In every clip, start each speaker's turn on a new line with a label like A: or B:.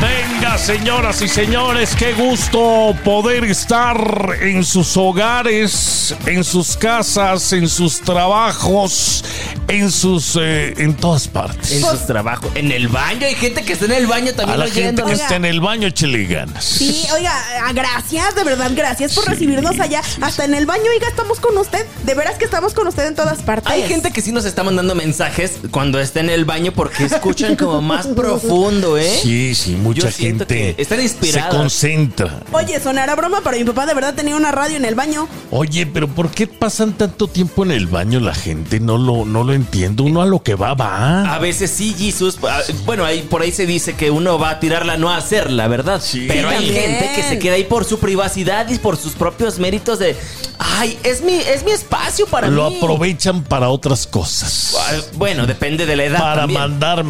A: Venga, señoras y señores, qué gusto poder estar en sus hogares, en sus casas, en sus trabajos, en sus eh, en todas
B: En
A: partes.
B: sus trabajos. En el baño. Hay gente que está en el baño
A: Pues A
B: también
A: la gente
B: oyéndonos.
A: que
C: Oiga.
A: está en el baño échele ganas.
C: Sí, oiga, ah, gracias, de verdad, gracias por recibirnos allá. Hasta en el baño, oiga, estamos con usted. De veras que estamos con usted en todas partes.
B: Hay gente que sí nos está mandando mensajes cuando está en el baño porque escuchan como más profundo, ¿eh?
A: Sí, sí, mucha
B: Yo siento
A: gente
B: que están
A: se
B: inspiradas.
A: concentra.
C: Oye, sonará broma, pero mi papá de verdad tenía una radio en el baño.
A: Oye, pero ¿por qué pasan tanto tiempo en el baño la gente? No lo, no lo entiendo. Uno a lo que va, va.
B: A veces sí, Jesús. ah, Bueno, ahí, por ahí se dice que uno va a tirarla, no a hacerla, ¿verdad?
A: Sí.
B: Pero
C: Sí,
B: hay
C: también.
B: gente que se queda ahí por su privacidad y por sus propios méritos de. Ay, es mi, es mi espacio para
A: Lo
B: mí.
A: aprovechan para otras cosas.
B: Ah, Bueno, depende de la edad.
A: para
B: también.
A: mandar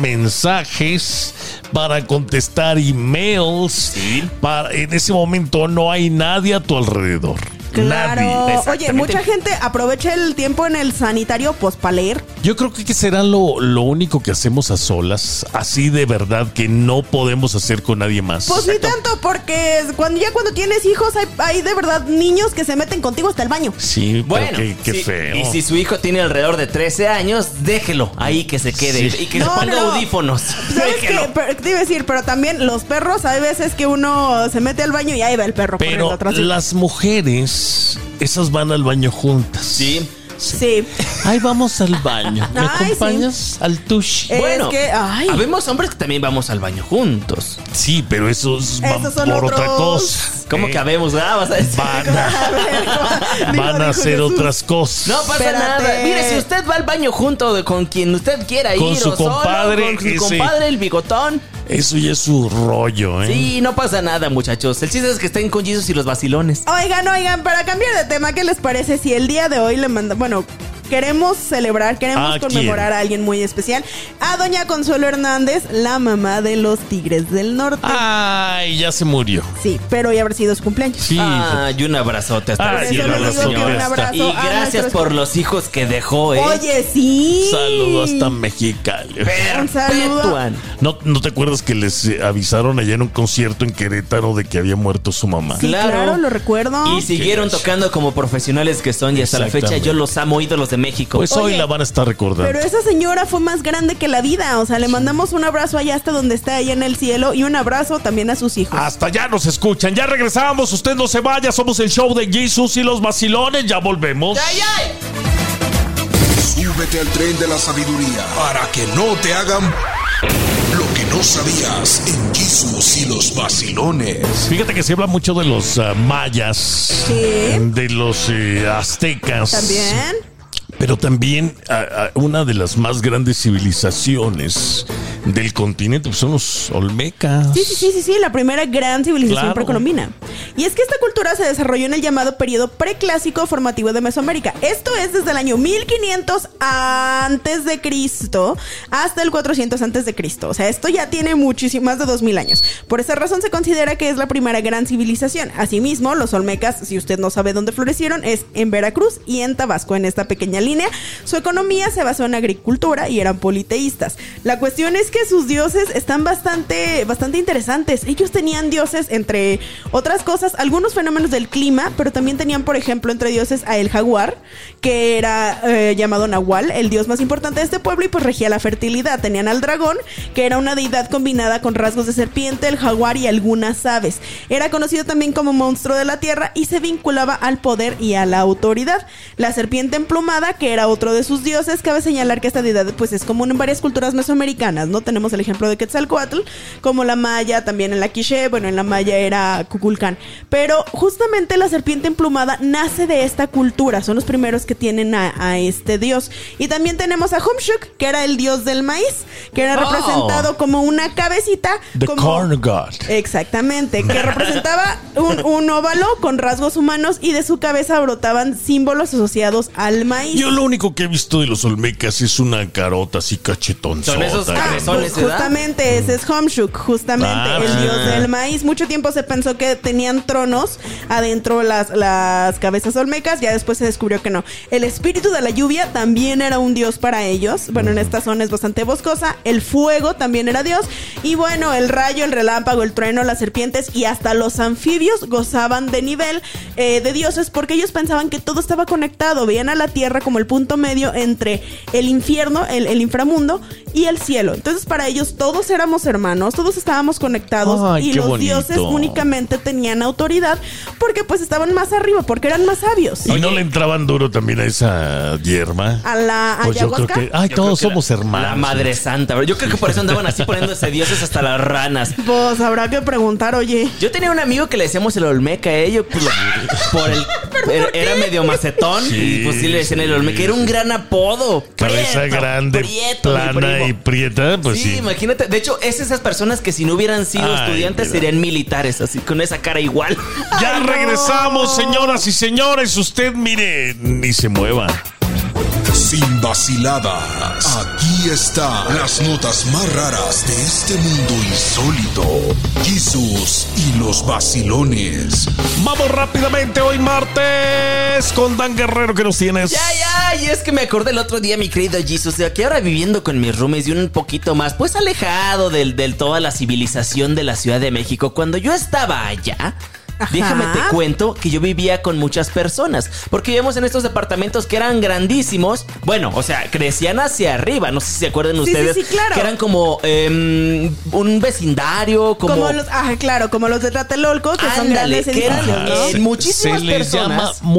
A: mensajes, para contestar emails. Para, en ese momento no hay nadie a tu alrededor. Nadie.
C: Oye,
B: exactamente.
C: mucha gente aprovecha el tiempo en el sanitario, pues para leer.
A: Yo creo que que será lo, lo único que hacemos a solas, así de verdad que no podemos hacer con nadie más.
C: Pues ni tanto, porque cuando ya cuando tienes hijos, hay, hay de verdad niños que se meten contigo hasta el baño.
A: sí, bueno,
B: Bueno,
A: qué, qué
B: sí,
A: feo.
B: Y si su hijo tiene alrededor de 13 años, déjelo ahí que se quede
A: Sí.
B: y que
C: No,
B: se ponga
C: no, no.
B: audífonos.
C: ¿Sabes qué?
B: Déjelo.
C: Pero, te iba a decir, pero también los perros, hay veces que uno se mete al baño y ahí va el perro corriendo
A: Pero
C: atrás.
A: las mujeres, esas van al baño juntas.
B: Sí.
C: Sí.
A: Ahí vamos al baño. ¿Me
C: Ay, sí.
A: acompañas al tush?
C: Es
B: Bueno,
C: que, ay.
B: habemos hombres que también vamos al baño juntos.
A: Sí, pero esos van
C: Esos son
A: por otra
C: otros.
A: cosa.
B: ¿Cómo
A: ¿eh?
B: que habemos? Ah, vas a decir.
A: Van a-
C: A ver, ¿cómo? Dijo-
A: van a
C: dijo
A: hacer
C: Jesús.
A: otras cosas.
B: No pasa
C: Espérate.
B: nada. Mire, si usted va al baño junto de- con quien usted quiera ir,
A: Con su
B: o solo,
A: compadre, Eh.
B: con su
A: ese.
B: compadre, el bigotón.
A: Eso ya es su rollo, ¿eh?
B: Sí, no pasa nada, muchachos. El chiste es que estén con Jesus y los vacilones.
C: Oigan, oigan, para cambiar de tema, ¿qué les parece si el día de hoy le manda, bueno, queremos celebrar, queremos
A: ¿A
C: conmemorar
A: quién?
C: a alguien muy especial, a doña Consuelo Hernández, la mamá de los Tigres del Norte.
A: Ah. Ay, ya se murió.
C: Sí, pero hoy habrá sido su cumpleaños.
A: Sí.
B: Ah, y un abrazote hasta
A: Ay,
B: el
A: sí,
B: cielo,
A: yo
B: a la
A: les digo que un
B: señora.
C: abrazo
B: Y
C: a
B: gracias
C: nuestros-
B: por los hijos que dejó, ¿eh?
C: Oye, sí.
A: Saludos hasta Mexicali.
C: Un saludo.
B: Perpetuan.
A: ¿No, ¿No te acuerdas que les eh, avisaron allá en un concierto en Querétaro de que había muerto su mamá?
C: Sí, claro.
B: Claro.
C: lo recuerdo.
B: Y siguieron tocando como profesionales que son y hasta la fecha
A: Exactamente.
B: yo los amo, ídolos de México.
A: Pues hoy
C: Oye,
A: la van a estar recordando.
C: Pero esa señora fue más grande que la vida. O sea, le mandamos un abrazo allá hasta donde está, allá en el cielo, y un abrazo también a sus hijos.
A: Hasta ya nos escuchan. Ya regresamos. Usted no se vaya. Somos el show de Jesus y los vacilones. Ya volvemos.
D: Súbete al tren de la sabiduría para que no te hagan lo que no sabías en Jesús y los vacilones.
A: Fíjate que se habla mucho de los ah, mayas, de los eh, aztecas.
C: También.
A: Pero también a- a una de las más grandes civilizaciones del continente pues son los olmecas.
C: Sí, sí, sí, sí, sí, la primera gran civilización
A: Claro.
C: precolombina. Y es que esta cultura se desarrolló en el llamado periodo preclásico formativo de Mesoamérica. Esto es desde el año 1500 antes de Cristo hasta el 400 antes de Cristo. O sea, esto ya tiene muchísimo, más de 2000 años. Por esa razón se considera que es la primera gran civilización. Asimismo, los olmecas, si usted no sabe dónde florecieron, es en Veracruz y en Tabasco, en esta pequeña línea. Su economía se basó en agricultura y eran politeístas. La cuestión es que sus dioses están bastante, bastante interesantes. Ellos tenían dioses, entre otras cosas, algunos fenómenos del clima, pero también tenían, por ejemplo, entre dioses a el jaguar, que era eh, llamado Nahual, el dios más importante de este pueblo, y pues regía la fertilidad. Tenían al dragón, que era una deidad combinada con rasgos de serpiente, el jaguar y algunas aves. Era conocido también como monstruo de la tierra y se vinculaba al poder y a la autoridad. La serpiente emplumada, que era otro de sus dioses, cabe señalar que esta deidad pues es común en varias culturas mesoamericanas, ¿no? Tenemos el ejemplo de Quetzalcoatl, como la maya, también en la quiche, bueno, en la maya era Cuculcán. Pero justamente la serpiente emplumada nace de esta cultura, son los primeros que tienen a, a este dios. Y también tenemos a Humshuk, que era el dios del maíz, que era
B: Oh.
C: representado como una cabecita.
A: The
C: como-
A: Corn God.
C: Exactamente, que representaba un, un óvalo con rasgos humanos y de su cabeza brotaban símbolos asociados al maíz.
A: Yo lo único que he visto de los olmecas es una carota así cachetonzota.
B: Son esos
A: que-
C: Ah,
B: Son
C: pues
B: ese, ¿verdad?
C: justamente ese es Homshuk, justamente
A: Mm. Ah,
C: el
A: sí.
C: dios del maíz. Mucho tiempo se pensó que tenían tronos adentro las, las cabezas olmecas, ya después se descubrió que no. El espíritu de la lluvia también era un dios para ellos. Bueno, en esta zona es bastante boscosa. El fuego también era dios. Y bueno, el rayo, el relámpago, el trueno, las serpientes y hasta los anfibios gozaban de nivel eh, de dioses porque ellos pensaban que todo estaba conectado. Veían a la tierra como el punto medio entre el infierno, el, el inframundo y el cielo. Entonces, para ellos, todos éramos hermanos, todos estábamos conectados
A: Ay,
C: y
A: qué
C: los
A: bonito.
C: dioses únicamente tenían autoridad porque, pues, estaban más arriba, porque eran más sabios.
A: Y no le entraban duro también a esa hierba.
C: A la
A: Pues yo creo
C: ayahuasca.
A: que. Ay,
B: Yo
A: todos
B: creo que
A: somos
B: la-
A: hermanos.
B: La madre santa, bro. Yo creo que por eso andaban así poniéndose dioses hasta las ranas.
C: Pues habrá que preguntar, oye.
B: Yo tenía un amigo que le decíamos el Olmeca, ¿eh? Yo, pues, lo- por el, era- era medio macetón
A: Sí,
B: y pues sí le decían el
A: sí,
B: Olmeca. Era un gran apodo.
A: Cabeza
B: Prieto,
A: grande,
B: Prieto, mi
A: plana
B: primo.
A: y prieta, pues
B: sí,
A: sí.
B: imagínate. De hecho, es esas personas que si no hubieran sido
A: Ay,
B: estudiantes
A: mira.
B: serían militares, así, con esa cara igual.
A: Ya regresamos, señoras y señores. Usted mire, ni se mueva.
D: Sin vaciladas, aquí están las notas más raras de este mundo insólito. Jesús y los vacilones.
A: Vamos rápidamente hoy martes con Dan Guerrero que nos tienes.
C: Pues,
B: Ya, ya, y es que me acordé el otro día, mi querido Jesus, de que ahora viviendo con mis roomies y un poquito más, pues alejado del, del toda la civilización de la Ciudad de México, cuando yo estaba allá.
C: Ajá.
B: Déjame te cuento que yo vivía con muchas personas, porque vivíamos en estos departamentos que eran grandísimos. Bueno, o sea, crecían hacia arriba, no sé si se acuerdan
C: Sí, sí,
B: ustedes.
C: sí, claro.
B: Que eran como em, un vecindario, como...
C: Como, los, ajá, claro, como los de Tlatelolco, que son
B: Ándale,
C: grandes
B: que
C: edificios,
B: eran-
C: ¿no?
B: eh, muchísimas
A: se les
B: personas.
A: llama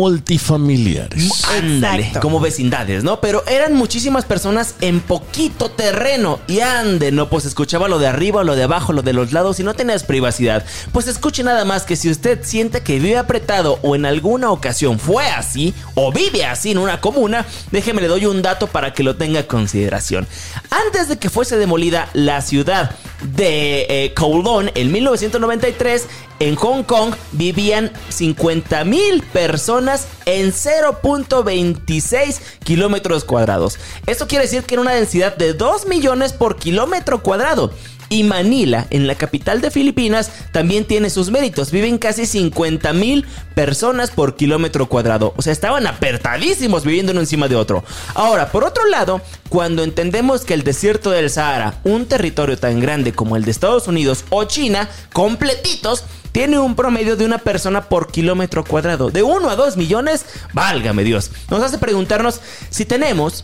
A: multifamiliares.
B: Ándale,
C: Exacto.
B: como vecindades, ¿no? Pero eran muchísimas personas en poquito terreno. Y ande, no, pues escuchaba lo de arriba, lo de abajo, lo de los lados y no tenías privacidad. Pues escuche nada más que si usted siente que vive apretado o en alguna ocasión fue así o vive así en una comuna, déjeme le doy un dato para que lo tenga en consideración. Antes de que fuese demolida la ciudad de eh, Kowloon en 1993, en Hong Kong vivían 50 mil personas en 0.26 kilómetros cuadrados. Esto quiere decir que era una densidad de 2 millones por kilómetro cuadrado. Y Manila, en la capital de Filipinas, también tiene sus méritos. Viven casi 50 mil personas por kilómetro cuadrado. O sea, estaban apertadísimos viviendo uno encima de otro. Ahora, por otro lado, cuando entendemos que el desierto del Sahara, un territorio tan grande como el de Estados Unidos o China, completitos, tiene un promedio de una persona por kilómetro cuadrado. De 1 a 2 millones, válgame Dios. Nos hace preguntarnos si tenemos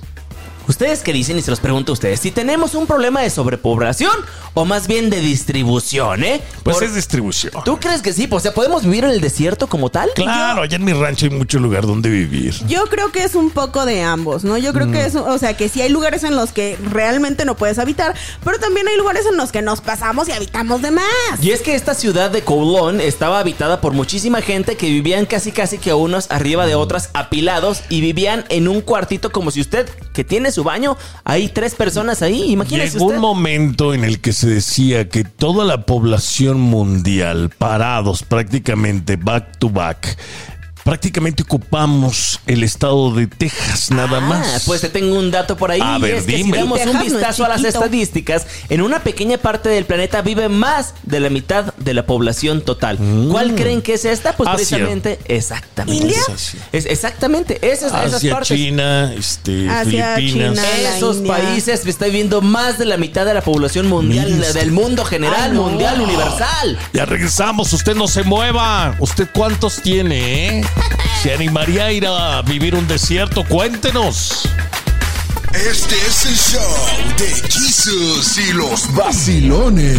B: ¿Ustedes qué dicen? Y se los pregunto a ustedes. Si tenemos un problema de sobrepoblación o más bien de distribución, ¿eh?
A: Pues
B: Por-
A: es distribución.
B: ¿Tú crees que sí? Pues, O sea, ¿podemos vivir en el desierto como tal?
A: Claro, allá en mi rancho hay mucho lugar donde vivir.
C: Yo creo que es un poco de ambos, ¿no? Yo creo
A: Mm.
C: que es, o sea, que sí hay lugares en los que realmente no puedes habitar, pero también hay lugares en los que nos pasamos y habitamos de más.
B: Y es que esta ciudad de Kowloon estaba habitada por muchísima gente que vivían casi casi que unos arriba de otras apilados y vivían en un cuartito como si usted, que tiene su baño, hay tres personas ahí, imagínese
A: Llegó
B: usted.
A: un momento en el que se decía que toda la población mundial, parados prácticamente back to back, prácticamente ocupamos el estado de Texas nada
B: Ah,
A: más.
B: Pues te tengo un dato por ahí.
A: A
B: y
A: ver,
B: es que
A: dime.
B: si damos un
C: Texas no es
B: vistazo a las
C: chiquito.
B: estadísticas, en una pequeña parte del planeta vive más de la mitad de la población total. ¿Cuál creen que es esta? Pues
A: Asia.
B: precisamente, exactamente.
C: ¿India?
A: Es Asia.
B: Es exactamente, pues, esas, esas
A: Hacia
B: partes.
A: China, este,
C: Hacia
A: Filipinas.
C: China. La
B: Esos
C: India.
B: países está viviendo más de la mitad de la población mundial,
A: Mira.
B: del mundo general,
C: Ay, no.
B: mundial, universal.
A: Ya regresamos, usted no se mueva. ¿Usted cuántos tiene? eh? ¿Se animaría a ir a vivir un desierto? Cuéntenos.
D: Este es el show de Jesús y los vacilones.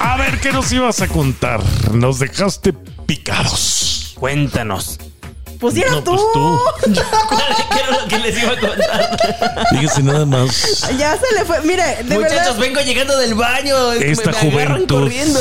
A: A ver, ¿qué nos ibas a contar? Nos dejaste picados.
B: Cuéntanos.
C: Pusieron
A: No,
C: tú.
A: pues tú.
B: ¿Qué era lo que les iba a contar?
A: Fíjese nada más.
C: Ya se le fue. Mire, de
B: Muchachos,
C: verdad.
B: vengo llegando del baño. es que
A: Esta
B: me, me agarran
A: juventud.
B: corriendo.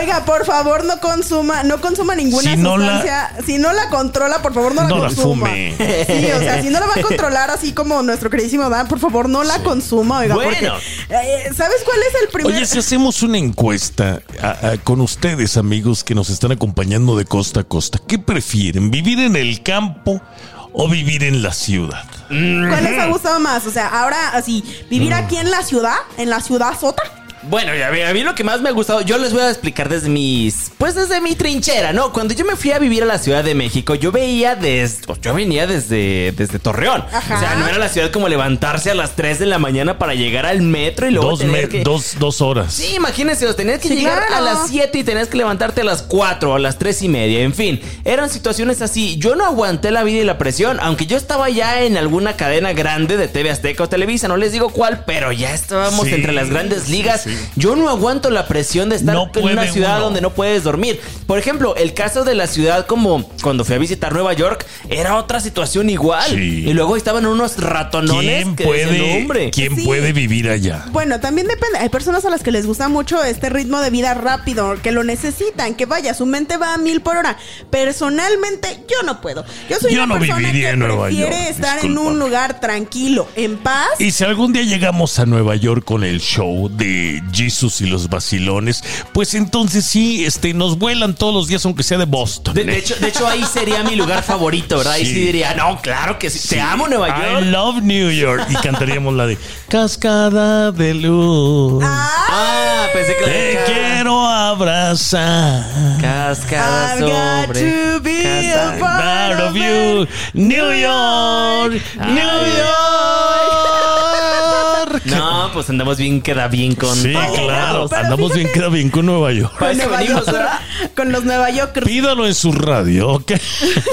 C: Oiga, por favor, no consuma, no consuma ninguna
A: Si no la-
C: sustancia. si no la controla, por favor, no la
A: No la
C: consuma.
A: fume.
C: Sí, o sea, si no la va a controlar así como nuestro queridísimo Dan, por favor, no la consuma, oiga,
B: Bueno.
C: porque eh, ¿sabes cuál es el primer
A: Oye, si hacemos una encuesta a- a- con ustedes, amigos que nos están acompañando de costa a costa, ¿qué prefieren? ¿Vivir en el el campo o vivir en la ciudad?
C: ¿Cuál les ha gustado más? O sea, ahora así,
A: Mm.
C: vivir aquí en la ciudad, en la ciudad sota.
B: Bueno, y a mí, a mí lo que más me ha gustado, yo les voy a explicar desde mis, pues desde mi trinchera, ¿no? Cuando yo me fui a vivir a la Ciudad de México, yo veía desde, yo venía desde, desde Torreón.
C: Ajá.
B: O sea, no era la ciudad como levantarse a las 3 de la mañana para llegar al metro y luego
A: Dos,
B: tener
A: me-
B: que-
A: dos, dos horas.
B: Sí, imagínense, o sea, tenías que
C: Sí,
B: llegar
C: claro.
B: a las 7 y tenías que levantarte a las 4 o a las 3 y media. En fin, eran situaciones así. Yo no aguanté la vida y la presión, aunque yo estaba ya en alguna cadena grande de TV Azteca o Televisa, no les digo cuál, pero ya estábamos
A: Sí,
B: entre las grandes
A: sí,
B: ligas.
A: sí.
B: Yo no aguanto la presión de estar
A: No
B: en una
A: puede
B: ciudad
A: uno.
B: donde no puedes dormir. Por ejemplo, el caso de la ciudad como cuando fui a visitar Nueva York, era otra situación igual.
A: Sí.
B: Y luego estaban unos ratanones
A: ¿Quién
B: que
A: puede,
B: decían, "Hombre".
A: ¿quién
C: Sí.
A: puede vivir allá?
C: Bueno, también depende. Hay personas a las que les gusta mucho este ritmo de vida rápido, que lo necesitan, que vaya, su mente va a mil por hora. Personalmente, yo no puedo. Yo soy
A: Yo
C: una
A: no
C: persona
A: viviría
C: que
A: en Nueva
C: prefiere
A: York,
C: estar en un
A: discúlpame.
C: lugar tranquilo, en paz.
A: Y si algún día llegamos a Nueva York con el show de Jesus y los vacilones, pues entonces sí, este, nos vuelan todos los días, aunque sea de Boston.
B: De, de
A: ¿eh?
B: hecho, de hecho, ahí sería mi lugar favorito, ¿verdad? Ahí sí
A: Sí.
B: diría, no, claro que sí. Te amo, Nueva York.
A: I love New York. Y cantaríamos la de Cascada de Luz.
C: Ah,
B: Ah, pensé que la
A: Te
B: de ca-
A: quiero abrazar.
B: Cascada
C: I've got
B: sobre.
C: to be
B: casa-
C: a part
A: Out of
C: of
A: you,
C: it.
A: New York, New York.
B: No, pues andamos bien, queda bien con.
A: Sí,
C: Oye,
A: claro.
C: no, pero
A: Andamos bien, queda bien con Nueva York.
B: Para eso
C: Nueva
B: venimos,
C: York,
B: ¿verdad?
C: con los Nueva Yorkers.
A: Pídalo en su radio, ¿ok?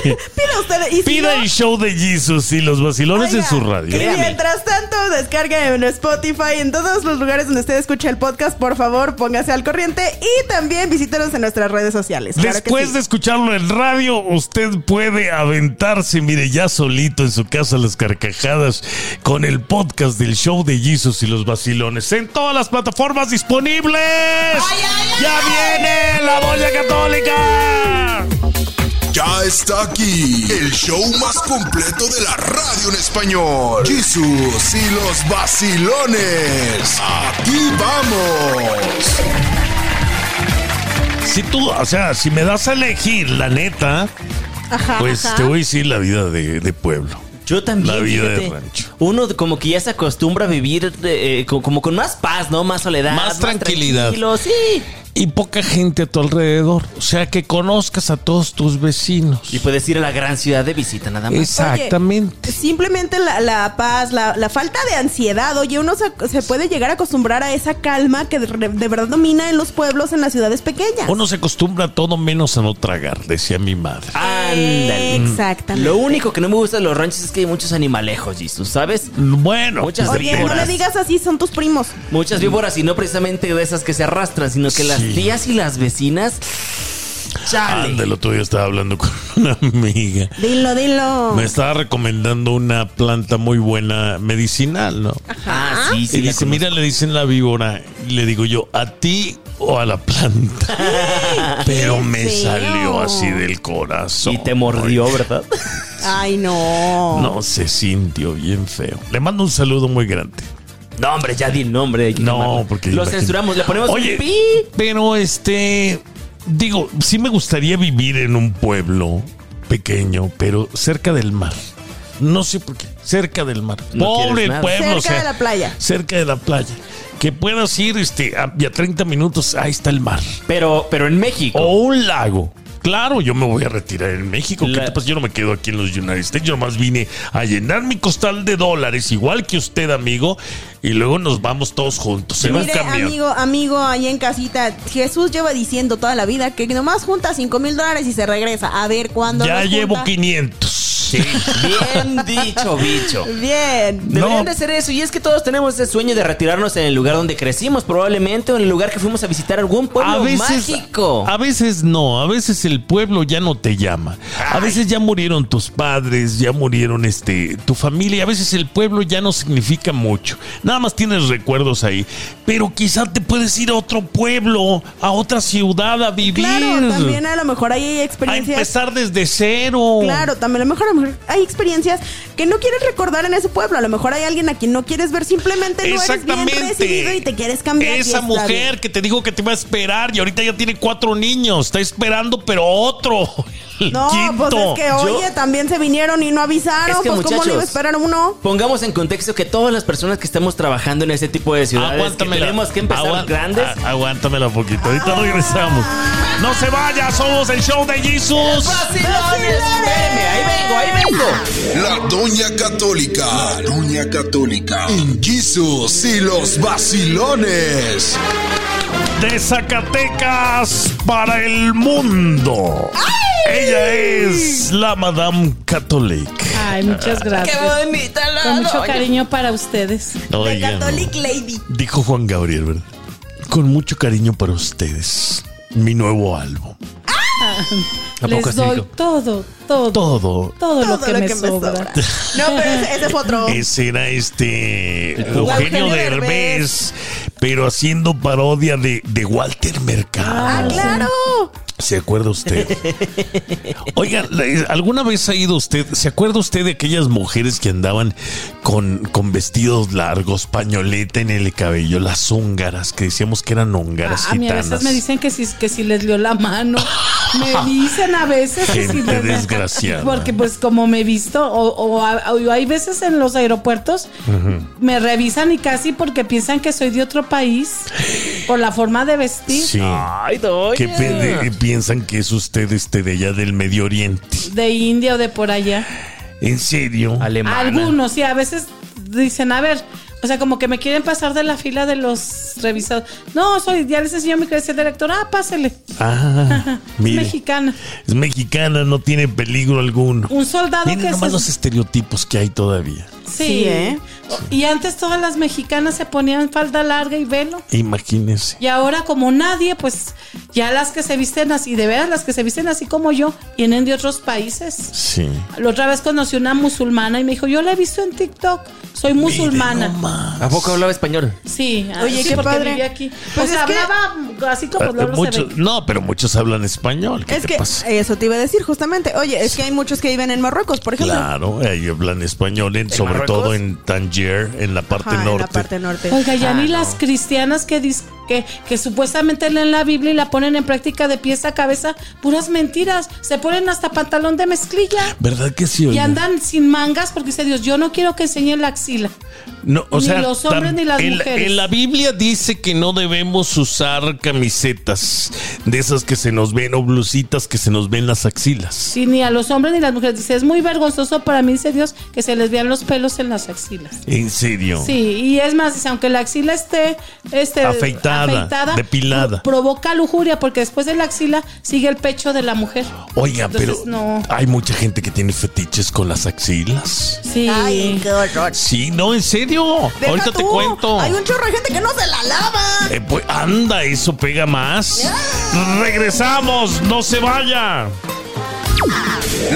C: Pida usted. Y si
A: Pida
C: no,
A: el show de Jesus y los vacilones en
C: Oiga,
A: su radio.
C: Y mientras tanto, descarga en Spotify, en todos los lugares donde usted escucha el podcast, por favor, póngase al corriente y también visítenos en nuestras redes sociales. Claro que
A: Después
C: sí.
A: de escucharlo en radio, usted puede aventarse, mire, ya solito en su casa las carcajadas con el podcast del show de Jesus y los vacilones en todas las plataformas disponibles. ¡Ya viene la boya católica!
D: Ya está aquí el show más completo de la radio en español. Jesús y los vacilones. Aquí vamos.
A: Si tú, o sea, si me das a elegir, la neta,
C: Ajá,
A: pues
C: ajá.
A: te voy a decir la vida de, de pueblo.
B: Yo también.
A: La vida de
B: fíjate.
A: rancho.
B: Uno como que ya se acostumbra a vivir eh, co- como con más paz, ¿no? Más soledad.
A: Más tranquilidad.
B: tranquilo, sí.
A: Y poca gente a tu alrededor. O sea, que conozcas a todos tus vecinos.
B: Y puedes ir a la gran ciudad de visita nada más.
A: Exactamente.
C: Simplemente la, la paz, la, la falta de ansiedad. Oye, uno se, se puede llegar a acostumbrar a esa calma que de, re- de verdad domina en los pueblos, en las ciudades pequeñas.
A: Uno se acostumbra a todo menos a no tragar, decía mi madre.
B: Ándale.
C: Eh, Exactamente.
B: Lo único que no me gusta de los ranchos es que hay muchos animalejos, Jesus, ¿sabes?
A: Bueno,
B: Muchas
A: pues,
C: Oye, no
B: víboras.
C: le digas así, son tus primos.
B: Muchas víboras y no precisamente de esas que se arrastran, sino que las
A: Sí.
B: tías y las vecinas.
A: anda,
B: Chale.
A: el otro día estaba hablando con una amiga.
C: Dilo, dilo.
A: Me estaba recomendando una planta muy buena medicinal, ¿no?
B: Ah, sí, sí.
A: y
B: la
A: dice,
B: conozco.
A: mira, le dicen la víbora. Y le digo yo, ¿a ti o a la planta? Pero me
C: feo.
A: salió así del corazón.
B: Y te mordió, ¿verdad?
C: Ay, no.
A: No, se sintió bien feo. Le mando un saludo muy grande.
B: No, hombre, ya di el nombre. hay que
A: No,
B: quemarlo.
A: porque
B: Lo
A: imagínate.
B: censuramos, le ponemos
A: Oye,
B: un pi.
A: Pero este digo, sí me gustaría vivir en un pueblo pequeño, pero cerca del mar. No sé por qué, cerca del mar.
B: No
A: Pobre
B: quieres
A: el
B: nada.
A: pueblo,
C: Cerca
A: o sea,
C: de la playa.
A: cerca de la playa. Que puedas ir este a, y a 30 minutos, ahí está el mar
B: Pero, pero en México.
A: o un lago. Claro, yo me voy a retirar en México. ¿Qué
B: La-
A: te pasa? Yo no me quedo aquí en los United States. Yo nomás vine a llenar mi costal de dólares, igual que usted, amigo. Y luego nos vamos todos juntos en un
C: Mire,
A: camión.
C: amigo, amigo, ahí en casita, Jesús lleva diciendo toda la vida que nomás junta 5 mil dólares y se regresa. A ver cuándo.
A: ya
C: los
A: llevo
C: junta?
A: 500.
B: Bien dicho, bicho.
C: Bien.
A: No.
B: Deberían de ser eso. Y es que todos tenemos ese sueño de retirarnos en el lugar donde crecimos, probablemente, o en el lugar que fuimos a visitar algún pueblo
A: A veces,
B: mágico.
A: a veces no, a veces el pueblo ya no te llama. A veces ya murieron tus padres, ya murieron este, tu familia, y a veces el pueblo ya no significa mucho. Nada más tienes recuerdos ahí. Pero quizá te puedes ir a otro pueblo, a otra ciudad a vivir.
C: Claro, también a lo mejor ahí hay
A: a
C: experiencias.
A: empezar desde cero.
C: Claro, también a lo mejor a lo exper- hay experiencias que no quieres recordar en ese pueblo. A lo mejor hay alguien a quien no quieres ver, simplemente no eres bien recibido y te quieres cambiar. y
A: Esa
C: está
A: mujer
C: bien.
A: que te dijo que te iba a esperar y ahorita ya tiene cuatro niños. Está esperando, pero otro. El
C: No,
A: quinto.
C: pues es que oye, también se vinieron y no avisaron.
B: Es que,
C: pues cómo le iba a
B: muchachos,
C: esperar uno.
B: Pongamos en contexto que todas las personas que estamos trabajando en este tipo de ciudades que
A: Aguántamela.
B: tenemos que empezar
A: Aguán- Ah,
B: grandes.
A: a- aguántamela un poquito. Ahorita regresamos. No se vaya, somos el show de Jesus.
B: ¡Vacilones! Espérenme, ahí vengo, ahí vengo.
D: La Doña Católica. La Doña Católica. En Jesus y los vacilones.
A: De Zacatecas para el mundo. Ella es la Madame Catholic.
E: Ay, muchas gracias.
B: bonita la
E: Con mucho cariño para ustedes.
C: De
A: Oigan,
C: Catholic Lady.
A: Dijo Juan Gabriel, ¿verdad? Con mucho cariño para ustedes. Mi nuevo álbum. ¿A poco
E: Ah, Les
A: así
E: doy
A: dijo?
E: todo, todo, todo,
A: Todo.
E: lo que, me, sobra.
C: No, pero ese, ese fue otro.
A: Ese era este
C: Eugenio
A: Eugenio Derbez,
C: Derbez.
A: pero haciendo parodia de, de Walter Mercado.
C: ¡Ah, claro!
A: ¿Se acuerda usted? Oiga, la- ¿alguna vez ha ido usted? ¿Se acuerda usted de aquellas mujeres que andaban con, con vestidos largos, pañoleta en el cabello, las húngaras, que decíamos que eran húngaras
E: Ah, a mí a
A: gitanas?
E: veces me dicen que si, que si les dio la mano. Me dicen a veces que si
A: Gente
E: les-
A: desgraciada.
E: Porque pues como me he visto, o, o a- o hay veces en los aeropuertos, me revisan y casi porque piensan que soy de otro país por la forma de vestir.
A: Sí.
B: Ay, doña.
A: Que pi- de- piensan que es usted este de allá del Medio Oriente.
E: De India o de por allá.
A: ¿En serio?
B: Alemana.
E: Algunos, sí, a veces dicen, a ver, o sea, como que me quieren pasar de la fila de los revisados. No, soy, ya les enseñó mi credencial de lector. Ah, pásele.
A: Ah, mire.
E: Es mexicana.
A: Es mexicana, no tiene peligro alguno.
E: Un soldado
A: Miren
E: que
A: nomás
E: se-
A: los estereotipos que hay todavía.
E: Sí.
C: Sí, ¿eh?
E: Y antes todas las mexicanas se ponían falda larga y velo.
A: Imagínense.
E: Y ahora como nadie, pues ya las que se visten así, de veras las que se visten así como yo, vienen de otros países.
A: Sí.
E: La otra vez conocí una musulmana y me dijo, yo la he visto en TikTok, soy musulmana.
B: ¿A poco hablaba español?
E: Sí, ah,
C: Oye,
E: sí,
C: qué
E: porque
C: padre.
E: vivía aquí.
C: Pues
E: o sea,
C: es que-
E: hablaba así como
A: Ah,
E: luego se
A: muchos-
E: ve.
A: no, pero muchos hablan español. ¿Qué
C: Es
A: te
C: que
A: pasa?
C: eso te iba a decir justamente. Oye, es que hay muchos que viven en Marruecos, por ejemplo.
A: Claro, ahí hablan español, en- sobre
B: Marruecos?
A: todo en Tangier, en la parte
C: Ajá, en
A: norte.
C: la parte norte.
E: Oiga, ya
B: Ah,
E: ni
B: no.
E: las cristianas que, dis- que, que supuestamente leen la Biblia y la ponen en práctica de pies a cabeza, puras mentiras. Se ponen hasta pantalón de mezclilla.
A: ¿Verdad que sí?
E: Y
A: oye?
E: andan sin mangas porque dice Dios, yo no quiero que enseñen la axila.
A: No, o
E: Ni
A: sea,
E: los hombres
A: tam-
E: ni las
A: en, la-
E: mujeres.
A: en la Biblia dice que no debemos usar camisetas de esas que se nos ven o blusitas que se nos ven las axilas.
E: Sí, ni a los hombres ni las mujeres. Dice, es muy vergonzoso para mí, dice Dios, que se les vean los pelos en las axilas.
A: ¿En serio?
E: Sí, y es más, dice, aunque la axila esté, este,
A: Afeitada, depilada.
E: pro- provoca lujuria porque después de la axila sigue el pecho de la mujer.
A: Oiga,
E: Entonces,
A: pero
E: no.
A: hay mucha gente que tiene fetiches con las axilas.
E: Sí.
C: Ay, qué horror.
A: Sí, no, en serio.
C: Deja
A: Ahorita te
C: tú,
A: cuento.
C: Hay un chorro de gente que no se la lava.
A: Eh, pues, anda, eso pega más. Regresamos, no se vaya.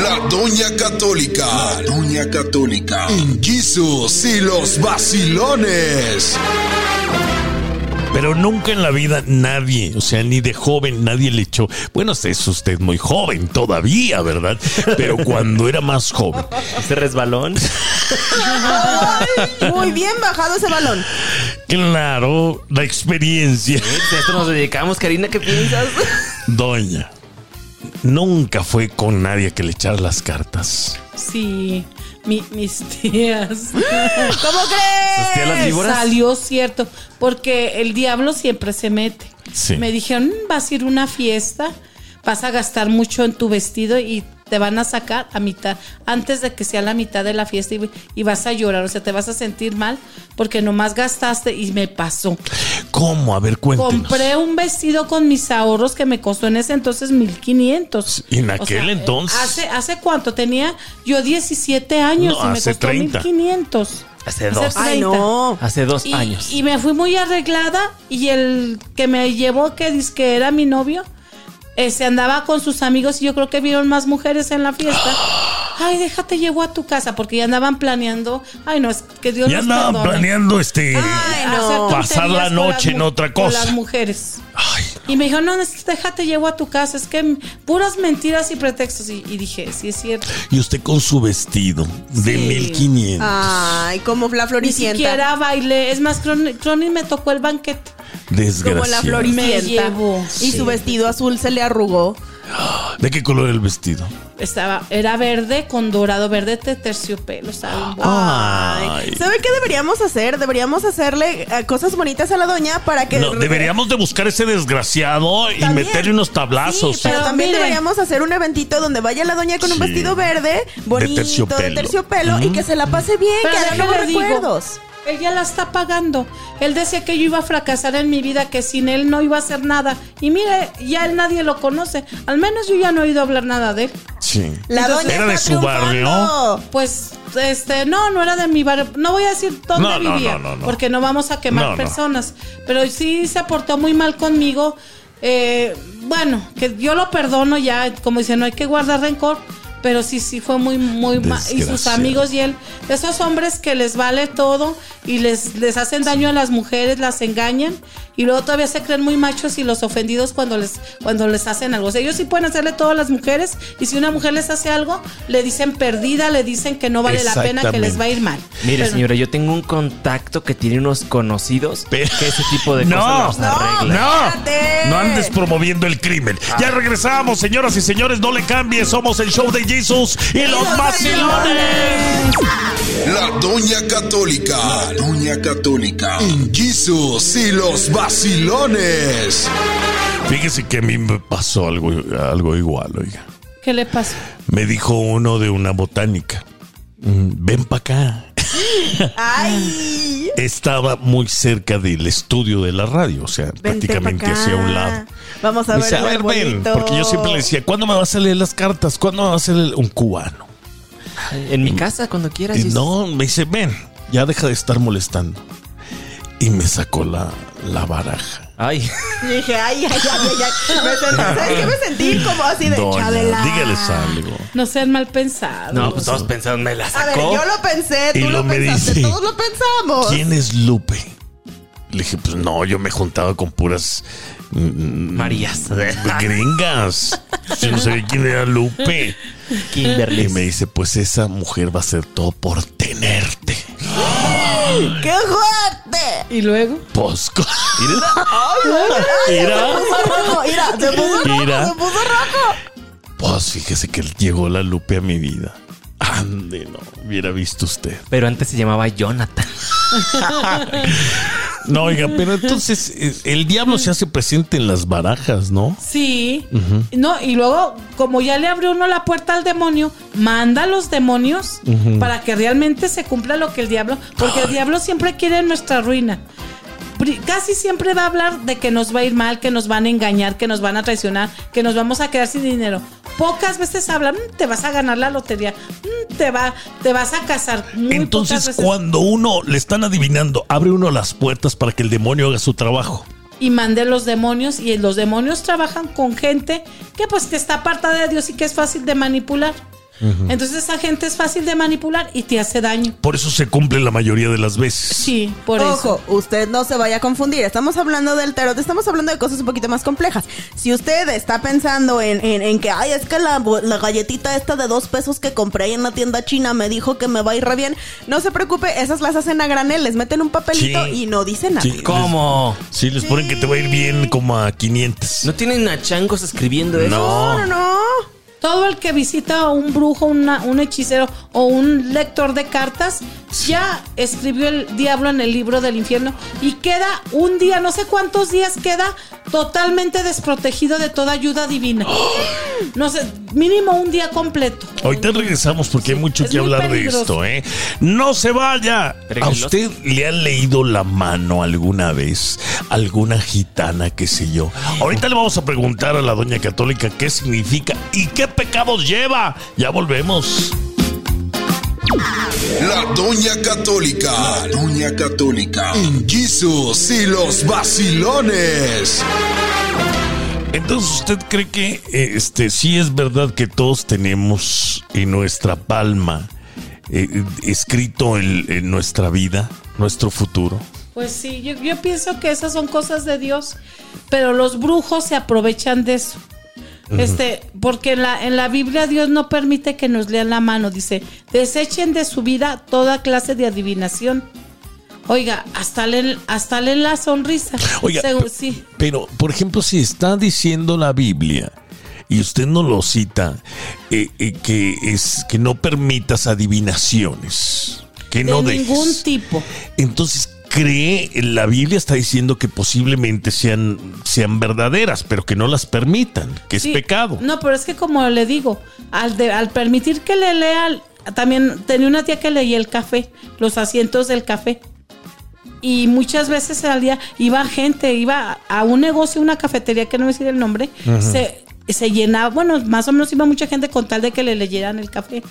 D: La Doña Católica. La Doña Católica. En Jesus y los vacilones.
A: Pero nunca en la vida nadie, o sea, ni de joven nadie le echó. Bueno, es usted muy joven todavía, ¿verdad? Pero cuando era más joven,
B: ¿Este resbalón?
C: Ay, Muy bien bajado ese balón.
A: claro, la experiencia,
B: Si pues, a esto nos dedicamos, Karina, ¿qué piensas?
A: doña, nunca fue con nadie que le echara las cartas.
E: Sí, mi- mis tías.
C: ¿Cómo
B: ¿Sus tías las
C: crees?
B: víboras?
E: Salió cierto, porque el diablo siempre se mete.
A: Sí.
E: Me dijeron, "Mm, vas a ir a una fiesta, vas a gastar mucho en tu vestido y te van a sacar a mitad, antes de que sea la mitad de la fiesta y, y vas a llorar, o sea, te vas a sentir mal porque nomás gastaste y me pasó.
A: ¿Cómo? A ver, cuéntenos.
E: Compré un vestido con mis ahorros que me costó en ese entonces 1500.
A: Y en aquel
E: eh,
A: entonces.
E: Hace, ¿Hace cuánto? Tenía yo 17 años
A: No,
E: y me
A: hace
E: costó
A: 30.
E: 1500.
B: Hace dos.
C: Ay,
E: 30.
C: no.
B: Hace dos
E: Y,
B: años.
E: y me fui muy arreglada y el que me llevó, que dice que era mi novio, eh, se andaba con sus amigos y yo creo que vieron más mujeres en la fiesta. Ay, déjate, llevo a tu casa porque ya andaban planeando. Ay, no, es que Dios
A: Ya
E: los
A: andaban
E: perdone.
A: planeando este.
E: Ah.
C: Ay, no.
E: Hacer
A: Pasar la
E: tonterías con
A: noche
E: las
A: en
E: mu-
A: otra
E: con
A: cosa.
E: las mujeres.
A: Ay,
E: Y me dijo, no, es- déjate, llevo a tu casa. Es que m- puras mentiras y pretextos. Y, y dije, sí, es cierto.
A: Y usted con su vestido de
E: Sí.
A: 1500.
C: Ah, Ay, como la
E: Ni
C: floricienta.
E: siquiera bailé. Es más, Cron- Crony me tocó el banquete.
C: como la
A: Desgraciado.
E: Me
C: floricienta.
E: llevó,
C: Y
E: sí.
C: su vestido azul se le arrugó.
A: ¿De qué color era el vestido?
E: Estaba, era verde con dorado, verde de terciopelo. Estaba bien bonito.
A: Ay.
C: ¿Sabe qué deberíamos hacer? Deberíamos hacerle eh, cosas bonitas a la doña para que.
A: No, deberíamos de buscar ese desgraciado y
C: También.
A: meterle unos tablazos.
C: Sí, pero
E: Pero
C: también
E: mire.
C: deberíamos hacer un eventito donde vaya la doña con un
A: Sí.
C: vestido verde, bonito, de terciopelo,
A: terciopelo.
C: y que se la pase bien,
E: Pero
C: que haga
E: déjame
C: buenos
E: le digo,
C: recuerdos.
E: él ya la está pagando. Él decía que yo iba a fracasar en mi vida, que sin él no iba a hacer nada. Y mire, ya él nadie lo conoce. Al menos yo ya no he oído hablar nada de él.
A: Sí.
C: La doña
A: era de
C: está
A: su barrio.
E: Pues, este, no, no era de mi barrio. No voy a decir dónde
A: No, no,
E: vivía,
A: no, no, no.
E: porque no vamos a quemar
A: No, no.
E: personas. Pero sí se portó muy mal conmigo. Eh, bueno, que yo lo perdono ya, como dice, no hay que guardar rencor. Pero sí, sí fue muy, muy mal. Y sus
A: Desgraciado.
E: amigos y él, esos hombres que les vale todo y les, les hacen daño a las mujeres, las engañan y luego todavía se creen muy machos y los ofendidos cuando les, cuando les hacen algo. O sea, ellos sí pueden hacerle todo a las mujeres y si una mujer les hace algo, le dicen perdida, le dicen que no vale la pena, que les va a ir mal.
B: Mire,
E: Pero-
B: señora, yo tengo un contacto que tiene unos conocidos que ese tipo de
A: No,
B: cosas las
A: no,
B: arregla.
A: no,
C: Espérate.
A: no andes promoviendo el crimen. Ya regresamos, señoras y señores, no le cambies. Somos el show de Jesus y los vacilones.
D: La Doña Católica. La Doña Católica. En Jesus y los vacilones.
A: Fíjese que a mí me pasó algo, algo igual, oiga.
E: ¿Qué le pasó?
A: Me dijo uno de una botánica, "Mm, ven para acá.
C: Ay.
A: Estaba muy cerca del estudio de la radio, o sea,
C: vente
A: prácticamente
C: pa' acá.
A: hacia un lado.
C: Vamos a
A: Me
C: ver.
A: dice, a
C: el
A: ver, ven,
C: arbolito.
A: porque yo siempre le decía, ¿cuándo me vas a leer las cartas? ¿Cuándo me vas a leer un cubano?
B: En mi casa, cuando quieras.
A: Y
B: Jesús.
A: no, me dice, ven, ya deja de estar molestando. Y me sacó la, la baraja.
B: Ay,
C: Y dije, ay, ay, ay, ay, ay. Me sentí, ¿Sabes qué? Me sentí como así de
A: Doña,
C: Chabela.
A: dígales algo.
E: No sean mal pensados.
B: no, pues todos pensando, me la
C: A ver,
B: sacó.
C: yo lo pensé, tú
A: Y
C: lo
A: luego me
C: pensaste,
A: dice,
C: todos lo pensamos.
A: ¿Quién es Lupe? Le dije, pues no, yo me juntaba con puras mm,
B: Marías.
A: gringas. Yo no sabía quién era Lupe. Y
B: Kimberly.
A: me dice, pues esa mujer va a hacer todo por tenerte.
C: ¡Qué fuerte!
E: Y luego,
A: Posco.
C: Se puso rojo, mira, se puso rojo,
A: Mira.
C: se puso rojo.
A: Pues fíjese que llegó la Lupe a mi vida. Ande, no, hubiera visto usted.
B: Pero antes se llamaba Jonathan.
A: No, oiga, pero entonces eh, el diablo se hace presente en las barajas, ¿no?
E: sí. No, y luego, como ya le abrió uno la puerta al demonio, manda a los demonios para que realmente se cumpla lo que el diablo. Porque el diablo siempre quiere nuestra ruina. Pri- Casi siempre va a hablar de que nos va a ir mal, que nos van a engañar, que nos van a traicionar, que nos vamos a quedar sin dinero. Pocas veces hablan, te vas a ganar la lotería, mm, te, va, te vas a casar. Muy pocas
A: Entonces,
E: veces.
A: cuando uno le están adivinando, abre uno las puertas para que el demonio haga su trabajo.
E: y mandé los demonios y los demonios trabajan con gente que pues que está apartada de Dios y que es fácil de manipular. Entonces esa gente es fácil de manipular y te hace daño.
A: Por eso se cumple la mayoría de las veces.
E: Sí, por
C: Ojo,
E: eso.
C: usted no se vaya a confundir. Estamos hablando del tarot, estamos hablando de cosas un poquito más complejas. Si usted está pensando en, en- en que, ay, es que la, bo- la galletita esta de dos pesos que compré ahí en la tienda china me dijo que me va a ir re bien, no se preocupe, esas las hacen a granel, les meten un papelito
A: Sí.
C: y no dicen nada.
A: Sí.
B: ¿Cómo?
A: Sí, les ponen que te va a ir bien como a 500.
B: ¿No tienen a changos escribiendo eso?
C: No, no, no.
E: Todo el que visita a un brujo, una- un hechicero o un lector de cartas, ya escribió el diablo en el libro del infierno y queda un día, no sé cuántos días queda totalmente desprotegido de toda ayuda divina. No sé, mínimo un día completo.
A: Ahorita regresamos porque hay mucho
E: es
A: que
E: muy
A: hablar de
E: peligroso.
A: esto, ¿eh? ¡No se vaya! ¿A
B: Peligroso.
A: usted le han leído la mano alguna vez? ¿Alguna gitana, qué sé yo? Ahorita le vamos a preguntar a la doña católica qué significa y qué pecados lleva. Ah, Ya volvemos.
D: La Doña Católica. La Doña Católica. En Jesus y los vacilones.
A: Entonces, ¿usted cree que eh, este sí es verdad que todos tenemos en nuestra palma eh, escrito el- en nuestra vida, nuestro futuro?
E: Pues sí, yo, yo pienso que esas son cosas de Dios, pero los brujos se aprovechan de eso. Este, porque en la, en la Biblia Dios no permite que nos lean la mano, dice, desechen de su vida toda clase de adivinación. Oiga, hasta leen, hasta leen la sonrisa.
A: Oiga,
E: Según-
A: pe-
E: sí.
A: pero por ejemplo, si está diciendo la Biblia y usted no lo cita, eh, eh, que es que no permitas adivinaciones, que
E: De
A: no dejes.
E: ningún tipo.
A: Entonces cree, la Biblia está diciendo que posiblemente sean, sean verdaderas, pero que no las permitan, que
E: Sí.
A: es pecado.
E: No, pero es que como le digo, al, de- al permitir que le lea, también tenía una tía que leía el café, los asientos del café. Y muchas veces al día iba gente, iba a un negocio, una cafetería, que no voy a decir el nombre, se, se llenaba, bueno, más o menos iba mucha gente con tal de que le leyeran el café.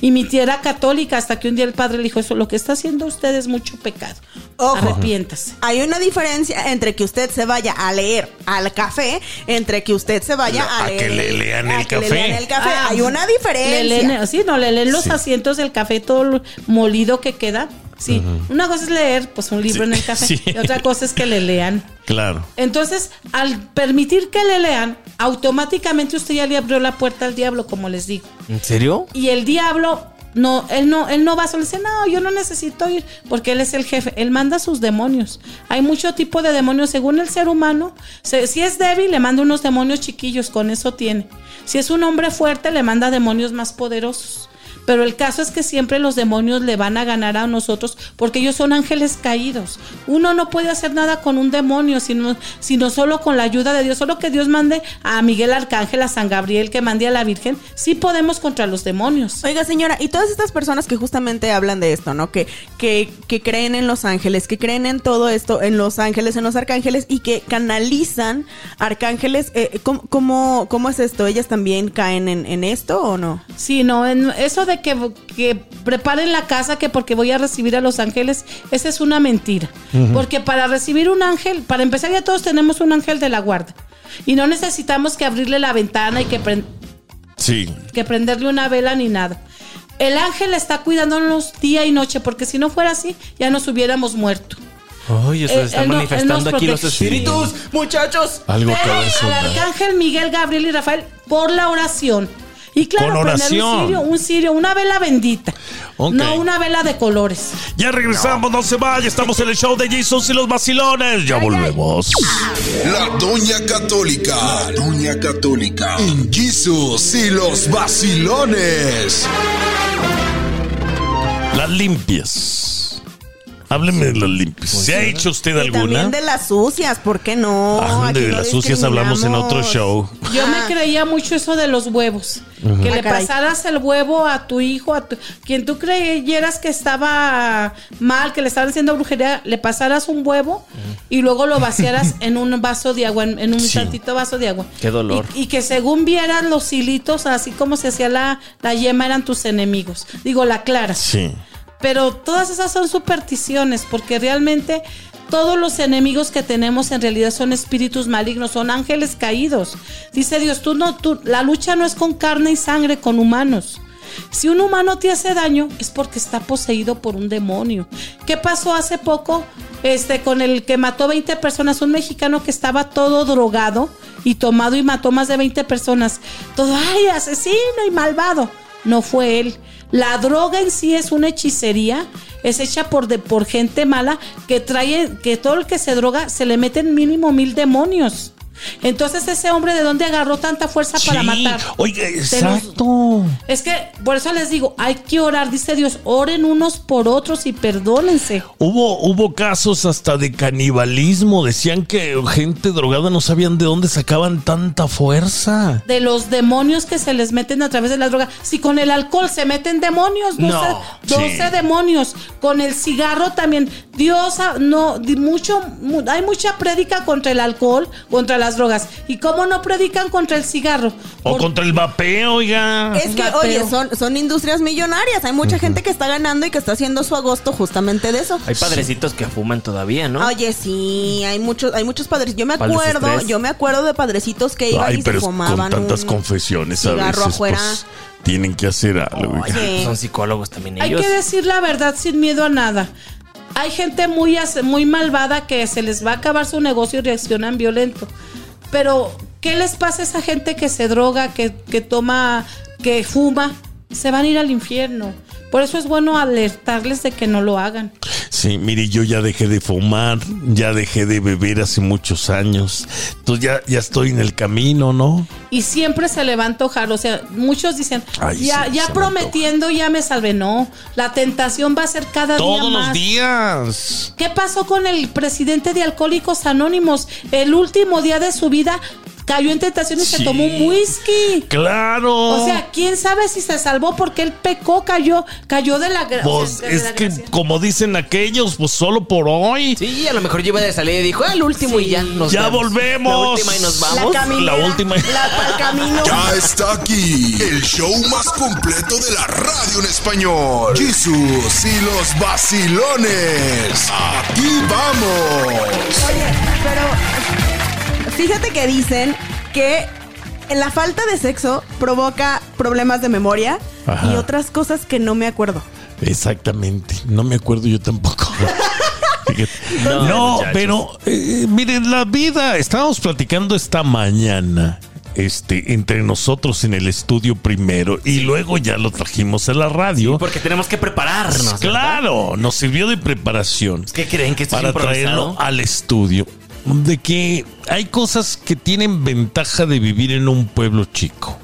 E: Y mi tía era católica hasta que un día el padre le dijo, eso lo que está haciendo usted es mucho pecado.
C: Ojo.
E: Arrepiéntase.
C: Hay una diferencia entre que usted se vaya a leer al café, entre que usted se vaya
A: La-
C: a
A: a
C: leer.
A: que le lean
C: a
A: el
C: que le
A: café.
C: lean el café.
E: Ah,
C: Hay una diferencia.
E: Le leen, sí, no, le leen los asientos del café, todo lo molido que queda. Sí, una cosa es leer, pues un
A: Sí,
E: libro en el café,
A: sí.
E: y otra cosa es que le lean.
A: Claro.
E: Entonces, al permitir que le lean, automáticamente usted ya le abrió la puerta al diablo, como les digo.
B: ¿En serio?
E: Y el diablo, no, él no, él no va solo, dice, no, yo no necesito ir, porque él es el jefe, él manda sus demonios. Hay mucho tipo de demonios, según el ser humano, se- si es débil, le manda unos demonios chiquillos, con eso tiene. Si es un hombre fuerte, le manda demonios más poderosos. Pero el caso es que siempre los demonios le van a ganar a nosotros porque ellos son ángeles caídos. Uno no puede hacer nada con un demonio, sino, sino solo con la ayuda de Dios. Solo que Dios mande a Miguel Arcángel, a San Gabriel, que mande a la Virgen. Sí podemos contra los demonios.
C: Oiga, señora, y todas estas personas que justamente hablan de esto, ¿no? Que, que, que creen en los ángeles, que creen en todo esto, en los ángeles, en los arcángeles, y que canalizan arcángeles, eh, ¿cómo, cómo, cómo es esto? ¿Ellas también caen en, en esto o no?
E: Sí, no, en- eso de que, que preparen la casa que porque voy a recibir a los ángeles, esa es una mentira. Porque para recibir un ángel, para empezar ya todos tenemos un ángel de la guarda. Y no necesitamos que abrirle la ventana y que pren-
A: Sí.
E: que prenderle una vela ni nada. El ángel está cuidándonos día y noche, porque si no fuera así, ya nos hubiéramos muerto.
B: Ay, eso
E: Eh,
B: están
E: él no- él
B: manifestando
E: nos
B: aquí los
E: protege.
B: espíritus, muchachos.
A: Algo
E: Pero
A: cabezón,
E: al
A: ¿no?
E: arcángel Miguel, Gabriel y Rafael por la oración. Y claro,
A: Con
E: prender
A: oración.
E: un cirio, un cirio, una vela bendita.
A: Ok.
E: No una vela de colores.
A: Ya regresamos, no. se vaya, estamos en el show de Jesus y los vacilones. Ya volvemos.
D: La Doña Católica. La Doña Católica. En Jesus y los vacilones.
A: Las limpias. Hábleme de las
B: Pues
A: limpias. ¿Se ha hecho usted
C: Y también
A: alguna?
C: de las sucias, ¿por qué no?
A: Ah,
C: Aquí
A: de
C: no
A: las sucias hablamos en otro
C: discriminamos.
A: show.
E: Yo
C: Ah.
E: me creía mucho eso de los huevos. Que
C: Ah,
E: le
C: caray.
E: pasaras el huevo a tu hijo, a tu, quien tú creyeras que estaba mal, que le estaban haciendo brujería, le pasaras un huevo y luego lo vaciaras en un vaso de agua, en, en un
A: Sí.
E: tantito vaso de agua.
B: Qué dolor.
E: Y, y que según vieras los hilitos, así como se hacía la, la yema, eran tus enemigos. Digo, la clara.
A: Sí.
E: Pero todas esas son supersticiones, porque realmente todos los enemigos que tenemos en realidad son espíritus malignos, son ángeles caídos. Dice Dios, tú no, tú, la lucha no es con carne y sangre, con humanos. Si un humano te hace daño es porque está poseído por un demonio. ¿Qué pasó hace poco este, con el que mató 20 personas? Un mexicano que estaba todo drogado y tomado y mató más de 20 personas. Todo, ay, asesino y malvado. No fue él. La droga en sí es una hechicería, es hecha por, de, por gente mala que trae, que todo el que se droga se le meten mínimo mil demonios. Entonces ese hombre de dónde agarró tanta fuerza Ah, para
A: Sí.
E: matar.
A: Oiga,
E: Te los-
A: exacto.
E: Es que por eso les digo, hay que orar, dice Dios, oren unos por otros y perdónense.
A: Hubo, hubo casos hasta de canibalismo. Decían que gente drogada no sabían de dónde sacaban tanta fuerza.
E: De los demonios que se les meten a través de la droga. Si con el alcohol se meten demonios, 12,
A: No,
E: 12
A: sí.
E: demonios. Con el cigarro también. Dios, ah, no, di- mucho, mu- hay mucha prédica contra el alcohol, contra las drogas. ¿Y cómo no predican contra el cigarro?
A: O
E: Por-
A: contra el vapeo, oiga.
C: Ah, Es que,
E: Vapeo.
C: oye, son, son industrias millonarias. Hay mucha gente que está ganando y que está haciendo su agosto justamente de eso.
B: Hay padrecitos que fuman todavía, ¿no?
C: Oye, sí, hay muchos, hay muchos padres. Yo me
B: Para el
C: acuerdo,
B: desestrés.
C: yo me acuerdo de padrecitos que iban
A: Ay,
C: y se
A: pero con
C: fumaban.
A: tantas
C: un
A: confesiones a
C: cigarro
A: veces
C: afuera.
A: pues, tienen que hacer algo. oiga.
B: Oye, pues son psicólogos también
E: Hay
B: ellos.
E: que decir la verdad sin miedo a nada. hay gente muy, as- muy malvada que se les va a acabar su negocio y reaccionan violento. Pero, ¿qué les pasa a esa gente que se droga, que, que toma, que fuma? Se van a ir al infierno. Por eso es bueno alertarles de que no lo hagan.
A: Sí, mire, yo ya dejé de fumar, ya dejé de beber hace muchos años. Entonces ya, ya estoy en el camino, ¿no?
E: Y siempre se le va a antojar. O sea, muchos dicen,
A: Ay,
E: ya,
A: sí,
E: ya
A: se me
E: prometiendo ya me salvé. No, la tentación va a ser cada día
A: Todos
E: más.
A: los días.
E: ¿Qué pasó con el presidente de Alcohólicos Anónimos? El último día de su vida cayó en tentación y
A: Sí.
E: se tomó un whisky.
A: Claro.
E: O sea, quién sabe si se salvó porque él pecó, cayó, cayó de la gra- o
A: pues
E: sea, de
A: es
E: la
A: que
E: gracia.
A: como dicen aquellos, pues solo por hoy.
B: Sí, a lo mejor yo iba de salida y dijo, "Ah, el último y ya nos
A: Ya
B: vemos.
A: volvemos.
B: La última y nos
C: La
B: vamos.
C: caminera,
A: La última.
C: La pa'l camino.
D: Ya está aquí el show más completo de la radio en español. Jesús y los vacilones. Aquí vamos.
C: Oye, pero fíjate que dicen que la falta de sexo provoca problemas de memoria
A: Ajá.
C: y otras cosas que no me acuerdo.
A: Exactamente. No me acuerdo yo tampoco. Fíjate.
B: No,
A: No,
B: muchachos.
A: pero eh, miren, la vida, estábamos platicando esta mañana. Este, entre nosotros en el estudio primero y luego ya lo trajimos a la radio.
B: Porque tenemos que prepararnos. ¿verdad?
A: Pues claro, nos sirvió de preparación
B: ¿Qué creen que esto
A: para
B: Pues es improvisado?
C: Ah,
A: traerlo al estudio. De que hay cosas que tienen ventaja de vivir en un pueblo chico.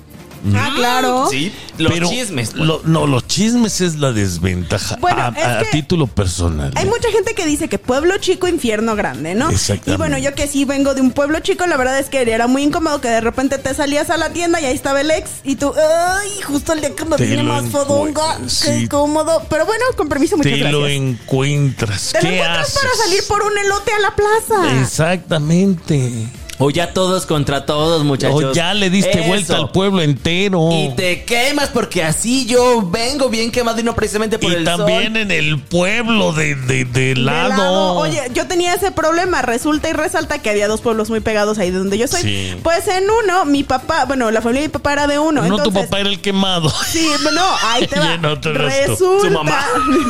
C: Ah, claro.
B: Sí, los
A: Pero
B: chismes. pues.
A: lo- no, los chismes es la desventaja
C: Bueno,
A: a,
C: es
A: a
C: que
A: título personal.
C: Hay mucha gente que dice que pueblo chico, infierno grande, ¿no?
A: Exactamente.
C: Y bueno, yo que sí vengo de un pueblo chico, la verdad es que era muy incómodo que de repente te salías a la tienda y ahí estaba el ex y tú, ay, justo el día que me
A: Te
C: vine
A: lo
C: más
A: encue-
C: fodonga, qué
A: sí.
C: incómodo. Pero bueno, con permiso, muchas
A: Te
C: gracias.
A: lo encuentras.
C: Te lo
A: ¿Qué
C: encuentras
A: haces?
C: para salir por un elote a la plaza.
A: Exactamente.
B: O ya todos contra todos, muchachos.
A: O ya le diste
B: Eso.
A: vuelta al pueblo entero.
B: Y te quemas porque así yo vengo bien quemado y no precisamente por
A: Y
B: el
A: también
B: sol.
A: en el pueblo de, de, de
C: De
A: lado.
C: lado. Oye, yo tenía ese problema. Resulta y resalta que había dos pueblos muy pegados ahí de donde yo soy.
A: Sí.
C: Pues en uno, mi papá, bueno, la familia de mi papá era de uno.
A: no, tu
C: entonces-
A: papá era el quemado.
C: Sí, no, ahí te
A: Y
C: va.
A: en otro eras tú.
C: Resulta.
B: ¿Su mamá?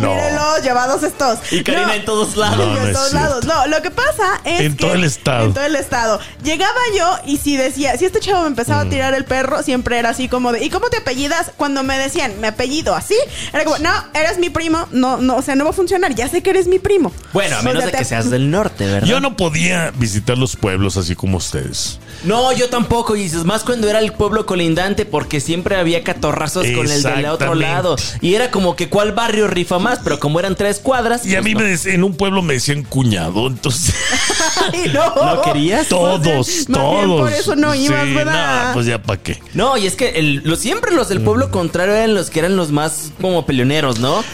A: No.
C: mírenlo, llevados estos.
B: Y Karina en todos lados.
C: No,
A: No, no
C: en
A: es
C: todos
A: cierto.
C: lados. No, lo que pasa es
A: En
C: que-
A: todo el estado.
C: En todo el estado. Llegaba yo y si decía, si este chavo me empezaba
A: Mm.
C: a tirar el perro, siempre era así como de, ¿y cómo te apellidas? Cuando me decían, me apellido así, era como, no, eres mi primo, no, no, o sea, no va a funcionar, ya sé que eres mi primo.
B: Bueno, a
C: O
B: menos
C: sea,
B: de
C: Pues te-
B: que seas del norte, ¿verdad?
A: Yo no podía visitar los pueblos así como ustedes.
B: No, yo tampoco. Y dices, más cuando era el pueblo colindante, porque siempre había catorrazos con el del otro
A: Exactamente.
B: lado. Y era como que cuál barrio rifa más, pero como eran tres cuadras.
A: Y a
B: pues
A: mí
B: no.
A: me dec- en un pueblo me decían cuñado, entonces
C: Ay, no.
B: ¿No querías?
A: todos,
C: Pues, Más bien- más
A: todos.
C: bien por eso no ibas, ¿verdad?
A: nah, pues ya para qué.
B: No, y es que el- los, siempre los del pueblo contrario eran los que eran los más como peleoneros, ¿no?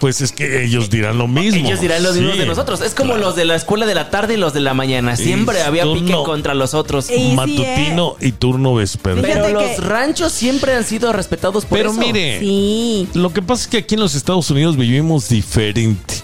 A: Pues es que ellos dirán lo mismo.
B: Ellos dirán los
A: Sí.
B: mismos de nosotros. Es como los de la escuela de la tarde y los de la mañana. Siempre
A: Y
B: había
A: tú
B: pique
A: no.
B: contra los otros.
C: Y sí, ¿eh?
A: Matutino y turno vespertino.
C: Fíjate
B: Pero
C: que-
B: los ranchos siempre han sido respetados por
A: Pero
B: eso.
A: mire,
C: Sí.
A: lo que pasa es que aquí en los Estados Unidos vivimos diferente.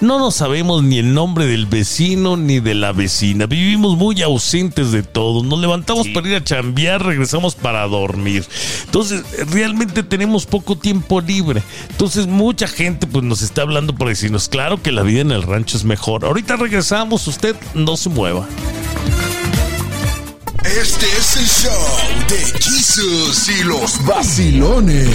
A: No nos sabemos ni el nombre del vecino ni de la vecina. Vivimos muy ausentes de todo. Nos levantamos para ir a chambear, regresamos para dormir. Entonces, realmente tenemos poco tiempo libre. Entonces, mucha gente pues nos está hablando por decirnos, claro que la vida en el rancho es mejor. Ahorita regresamos, usted no se mueva.
D: Este es el show de Jesús y los vacilones.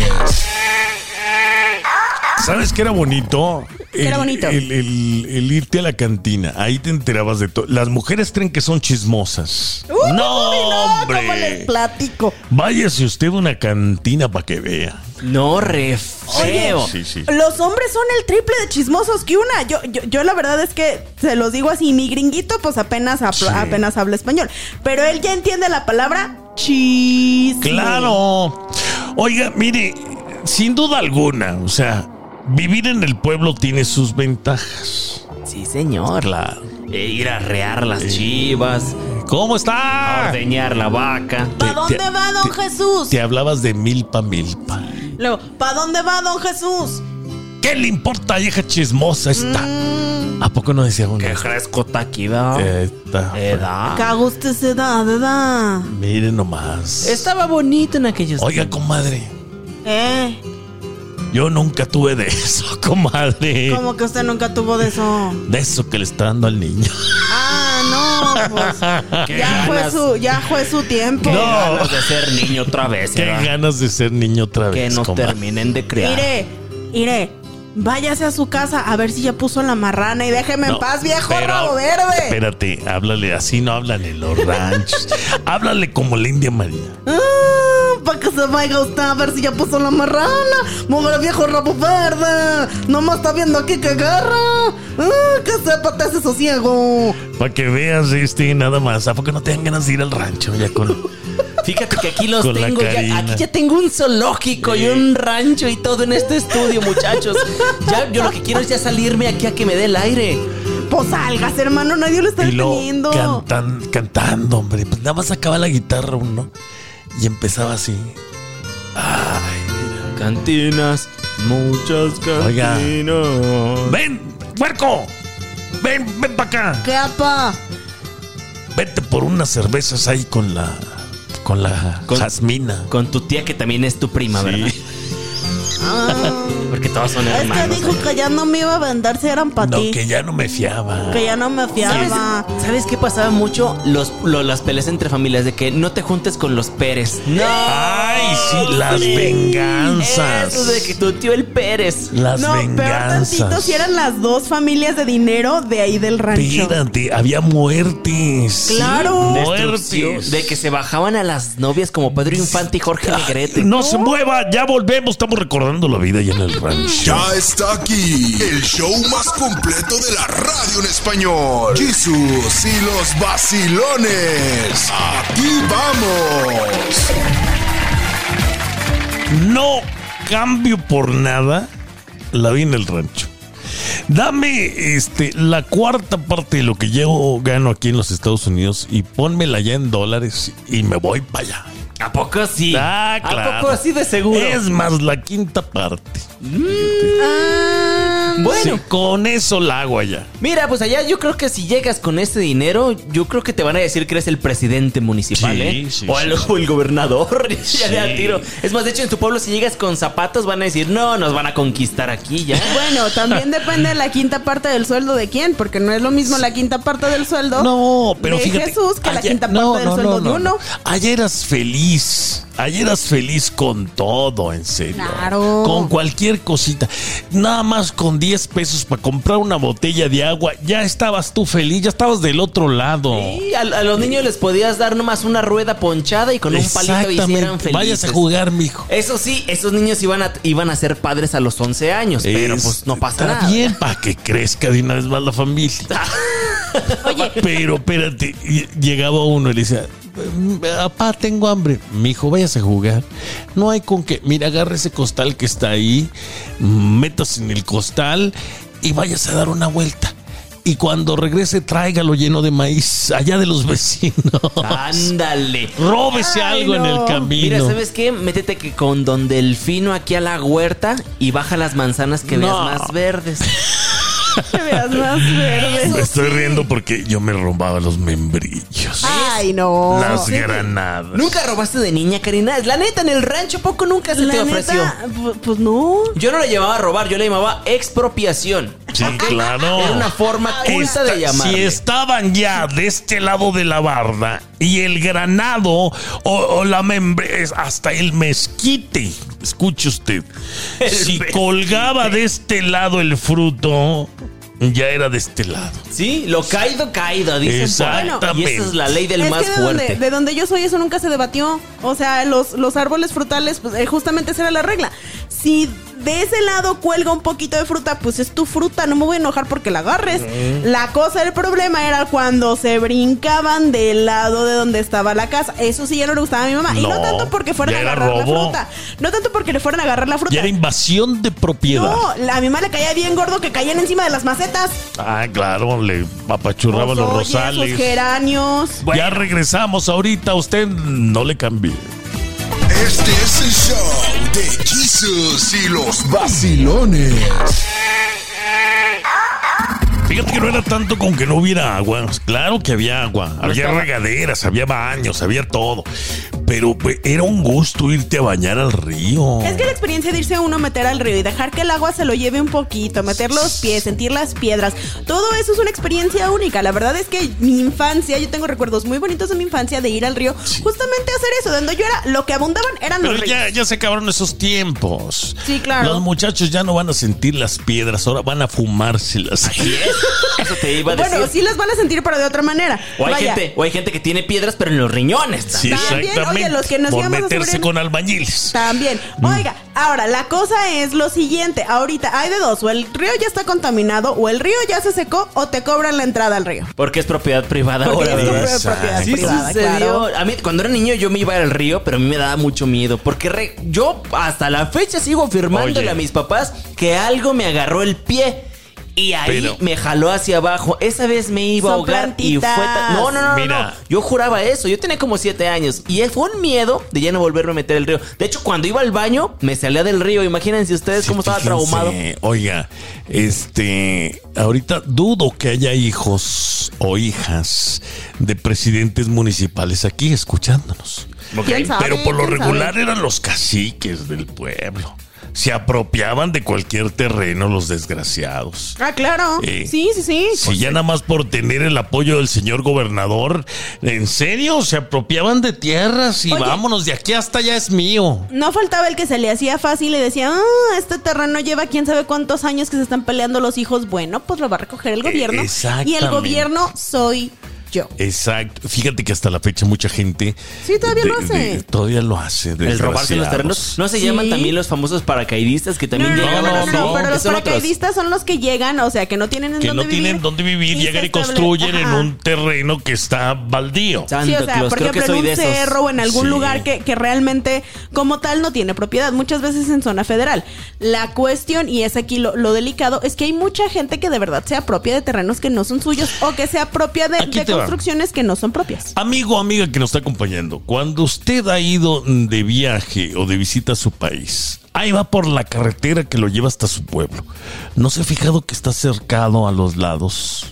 A: ¿Sabes qué era bonito?
C: ¿Qué era bonito?
A: El, el- el irte a la cantina. Ahí te enterabas de todo. Las mujeres creen que son chismosas.
C: Uh,
A: ¡No,
C: ¿Cómo les
A: hombre!
C: platico?
A: Váyase usted a una cantina para que vea.
B: No, re feo.
A: Sí, sí.
C: Los hombres son el triple de chismosos que una. Yo, yo, yo la verdad es que se los digo así, mi gringuito pues apenas, hab-
A: Sí.
C: apenas habla español. Pero él ya entiende la palabra chisme.
A: ¡Claro! Oiga, mire, sin duda alguna, o sea, vivir en el pueblo tiene sus ventajas.
B: Sí, señor.
A: Claro.
B: Eh, ir a rear las chivas,
A: ¿Cómo
B: a
A: está?
B: ordeñar la vaca.
C: ¿Para
A: Te-
C: dónde
A: te-
C: va don
A: te-
C: Jesús?
A: Te hablabas de milpa, milpa.
C: Luego, ¿para dónde va don Jesús?
A: ¿Qué le importa, vieja chismosa esta?
C: Mm,
A: ¿A poco no decía una?
B: Qué fresco está aquí, ¿verdad?
A: Esta.
B: Eh, da.
C: Cago usted se da, da, da.
A: Mire nomás.
B: Estaba bonito en aquellos
A: Oiga, comadre.
C: Eh.
A: Yo nunca tuve de eso, comadre.
C: Como que usted nunca tuvo de eso.
A: De eso que le está dando al niño.
C: Ah, no, pues.
B: Qué
C: Ya fue
B: ganas.
C: su, ya fue su tiempo.
A: No.
B: ganas de ser niño otra vez.
A: Qué
B: ¿verdad?
A: ganas de ser niño otra
B: Que
A: vez.
B: nos
A: comadre.
B: terminen de criar.
C: Iré, iré. Váyase a su casa a ver si ya puso la marrana y déjeme
A: No,
C: en paz, viejo
A: pero-
C: rabo verde.
A: Espérate, háblale así, no hablan en los ranchos. háblale como la India María.
C: Ah, para que se vaya usted a ver si ya puso la marrana. Mugre viejo rabo verde. Nomás está viendo aquí que agarra. Ah, que sepa, te hace sosiego.
A: Para que veas este nada más. ¿A poco no te dan ganas de ir al rancho ya con
B: Fíjate que aquí los
A: Con la
B: tengo. Ya,
A: Karina.
B: aquí ya tengo un zoológico y un rancho y todo en este estudio, muchachos. Ya, yo lo que quiero es ya salirme aquí a que me dé el aire.
C: Pues salgas, hermano, nadie lo está
A: y luego
C: deteniendo.
A: cantan- cantando, hombre? Pues nada más sacaba la guitarra uno y empezaba así.
B: Cantinas, muchas
A: Oiga.
B: cantinas.
A: ¡Ven, puerco! ¡Ven, ven para acá!
C: ¿Qué, apa?
A: Vete por unas cervezas ahí con la. con la
B: Con-
A: jazmina.
B: Con tu tía que también es tu prima, ¿verdad?
C: Ah,
B: Porque todos son
C: es que
B: hermanos.
C: dijo que ya no me iba a vender si eran para
A: No,
C: ti.
A: que ya no me fiaba.
C: Que ya no me
B: ¿Sabes,
C: fiaba.
B: ¿Sabes qué pasaba mucho? Los, lo- las peleas entre familias de que no te juntes con los Pérez. No.
A: ¡Ay, sí! Las
B: Sí.
A: venganzas.
B: Eso de que tu tío el Pérez.
A: Las
C: no,
A: venganzas.
C: peor tantito si eran las dos familias de dinero de ahí del rancho.
A: Espérate, había muertes.
C: Claro.
A: Muertes.
B: De que se bajaban a las novias como Pedro Infante y Jorge Negrete.
A: No se mueva, ya volvemos. Estamos recordando la vida allá en el rancho.
D: Ya está aquí el show más completo de la radio en español. Jesús y los vacilones. Aquí vamos.
A: No cambio por nada la vida en el rancho. Dame este, la cuarta parte de lo que llevo gano aquí en los Estados Unidos y pónmela ya en dólares y me voy para allá.
B: ¿A poco sí?
A: Ah,
B: ¿A
A: claro.
B: poco así de seguro?
A: Es más, la quinta parte.
B: bueno,
A: Sí, con eso la hago allá.
B: mira, pues allá yo creo que si llegas con ese dinero, yo creo que te van a decir que eres el presidente municipal,
A: Sí,
B: ¿eh?
A: sí,
B: o, el,
A: sí.
B: o el gobernador. ya de a
A: Sí.
B: tiro. Es más, de hecho, en tu pueblo, si llegas con zapatos, van a decir, no, nos van a conquistar aquí ya.
C: Bueno, también depende de la quinta parte del sueldo de quién, porque no es lo mismo la quinta parte del sueldo
A: No, pero
C: de
A: fíjate.
C: Jesús que la
A: ayer-
C: quinta parte
A: no,
C: del
A: no,
C: sueldo
A: no, no,
C: de uno.
A: no. Ayer eras feliz. Ayer eras feliz con todo, en serio.
C: Claro.
A: Con cualquier cosita. Nada más con 10 pesos para comprar una botella de agua. Ya estabas tú feliz, ya estabas del otro lado.
B: Sí, a, a los niños les podías dar nomás una rueda ponchada y con un palito hicieran felices.
A: Vayas a jugar, mijo.
B: Eso sí, esos niños iban a, iban a ser padres a los 11 años, pero
A: Es-
B: pues no pasa
A: está
B: nada.
A: bien para que crezca de una vez más la familia.
C: Oye,
A: Pero espérate, y- llegaba uno y le decía, "Mm, papá, tengo hambre. Mi hijo, vayas a jugar. No hay con qué. Mira, agarra ese costal que está ahí, metas en el costal y vayas a dar una vuelta. Y cuando regrese, tráigalo lleno de maíz allá de los vecinos.
B: Ándale.
A: Róbese
C: Ay,
A: algo en
C: no.
A: el camino.
B: Mira, ¿sabes qué? Métete que con Don Delfino aquí a la huerta y baja las manzanas que
A: No.
B: veas más verdes.
C: te veas más
A: Me
C: verde.
A: estoy riendo porque yo me robaba los membrillos,
C: Ay, no.
B: Oh.
A: las granadas.
B: ¿Nunca robaste de niña, Karina? La neta, en el rancho poco nunca se
C: La
B: te
C: neta,
B: ofreció.
C: pu- pues no.
B: Yo no le llamaba a robar, yo le llamaba expropiación.
A: Sí, claro.
B: Era una forma culta
A: Esta-
B: de llamar.
A: Si estaban ya de este lado de la barda y el granado o, o la membre, es hasta el mezquite, escuche usted,
B: El
A: si
B: mezquite.
A: colgaba de este lado el fruto, ya era de este lado.
B: Sí, lo caído, caído, dicen. por ahí. Y
A: Exactamente.
B: esa es la ley del
C: es
B: más
C: que de
B: fuerte.
C: donde, de donde yo soy eso nunca se debatió. O sea, los, los árboles frutales, pues eh, justamente esa era la regla. Si de ese lado cuelga un poquito de fruta, pues es tu fruta, no me voy a enojar porque la agarres. La cosa, el problema era cuando se brincaban del lado de donde estaba la casa. Eso sí ya no le gustaba a mi mamá. y no
A: No,
C: tanto porque fueran
A: ya
C: a
A: era
C: agarrar la
A: robo.
C: fruta. No tanto porque le fueran a agarrar la fruta.
A: Ya era invasión de propiedad.
C: no, la- a mi mamá le caía bien gordo que caían encima de las macetas.
A: Ah, claro, le apachurraba
C: Pues,
A: los
C: oye, Esos
A: rosales.
C: geranios.
A: Ya regresamos ahorita, usted no le cambié.
D: Este es el show de Jesús y los vacilones.
A: Fíjate que no era tanto con que no hubiera agua. Claro que había agua. Había regaderas, había baños, había todo. pero pues, era un gusto irte a bañar al río.
C: Es que la experiencia de irse uno a meter al río y dejar que el agua se lo lleve un poquito, meter los pies, sentir las piedras, todo eso es una experiencia única. La verdad es que mi infancia, yo tengo recuerdos muy bonitos de mi infancia de ir al río, justamente a hacer eso, donde yo era, lo que abundaban eran los
A: Pero
C: ríos.
A: ya, ya se acabaron esos tiempos.
C: Sí, claro.
A: Los muchachos ya no van a sentir las piedras, ahora van a fumárselas.
B: Eso te iba a decir.
C: Bueno, sí las van a sentir, pero de otra manera.
B: o, hay
C: Vaya.
B: gente, o hay gente que tiene piedras, pero en los riñones.
A: Sí,
C: También, oye,
A: exactamente.
C: los que nos
A: Por
C: íbamos a
A: meterse
C: subir-
A: con albañiles.
C: También.
B: Mm.
C: Oiga, ahora la cosa es lo siguiente. Ahorita hay de dos. O el río ya está contaminado, o el río ya se secó, o te cobran la entrada al río.
B: Porque es propiedad privada
C: Porque
B: ahora,
C: es
B: ¿verdad?
C: compra- propiedad
B: Sí
C: privada,
B: sucedió.
C: claro.
B: A mí, cuando era niño, yo me iba al río, pero a mí me daba mucho miedo. Porque re- yo hasta la fecha sigo firmándole
A: Oye.
B: a mis papás que algo me agarró el pie. Y ahí
A: Pero-
B: me jaló hacia abajo. Esa vez me iba a
C: Son
B: ahogar y fue...
C: plantitas.
B: tan- No, no, no, no,
A: Mira.
B: no. Yo juraba eso. Yo tenía como siete años. Y fue un miedo de ya no volverme a meter el río. De hecho, cuando iba al baño, me salía del río. Imagínense
C: pues,
B: ustedes cómo estaba
A: Fíjense,
B: traumado.
A: Oiga, este, ahorita dudo que haya hijos o hijas de presidentes municipales aquí escuchándonos.
C: ¿Quién sabe?
A: Pero por lo
C: ¿Quién
A: regular
C: sabe?
A: eran los caciques del pueblo. Se apropiaban de cualquier terreno los desgraciados.
C: Ah, claro.
A: Eh,
C: Sí, sí, Pues sí.
A: Si ya nada más por tener el apoyo del señor gobernador, en serio, se apropiaban de tierras y
C: Oye.
A: vámonos, de aquí hasta allá es mío.
C: No faltaba el que se le hacía fácil y le decía, "Ah, este terreno lleva quién sabe cuántos años que se están peleando los hijos. Bueno, pues lo va a recoger el gobierno. Y
A: E- exactamente.
C: el gobierno soy yo.
A: Exacto. Fíjate que hasta la fecha mucha gente.
C: Sí, todavía lo hace.
A: todavía lo hace.
B: El robarse los terrenos. ¿No se
C: Sí.
B: llaman también los famosos paracaidistas que
C: No,
B: también
C: no, no,
B: llegaban
C: no, no,
B: así?
C: no, pero
B: Que
C: los
B: son otros.
C: paracaidistas son los que llegan, o sea, que no tienen en
A: Que
C: dónde
A: no
C: vivir.
A: tienen dónde vivir,
C: se
A: llegan y
C: estable-
A: construyen en
C: Ajá.
A: un terreno que está baldío.
B: Santo
C: Sí, o sea,
B: Claus,
C: por
B: creo que
C: ejemplo, en
B: soy
C: un
B: de esos.
C: cerro o en algún
A: Sí.
C: lugar que, que realmente como tal no tiene propiedad, muchas veces en zona federal. La cuestión, y es aquí lo, lo delicado, es que hay mucha gente que de verdad se apropia de terrenos que no son suyos o que se apropia de,
A: Aquí
C: de
A: te va.
C: construcciones que no son propias.
A: Amigo, amiga que nos está acompañando, cuando usted ha ido de viaje o de visita a su país, ahí va por la carretera que lo lleva hasta su pueblo. ¿No se ha fijado que está cercado a los lados?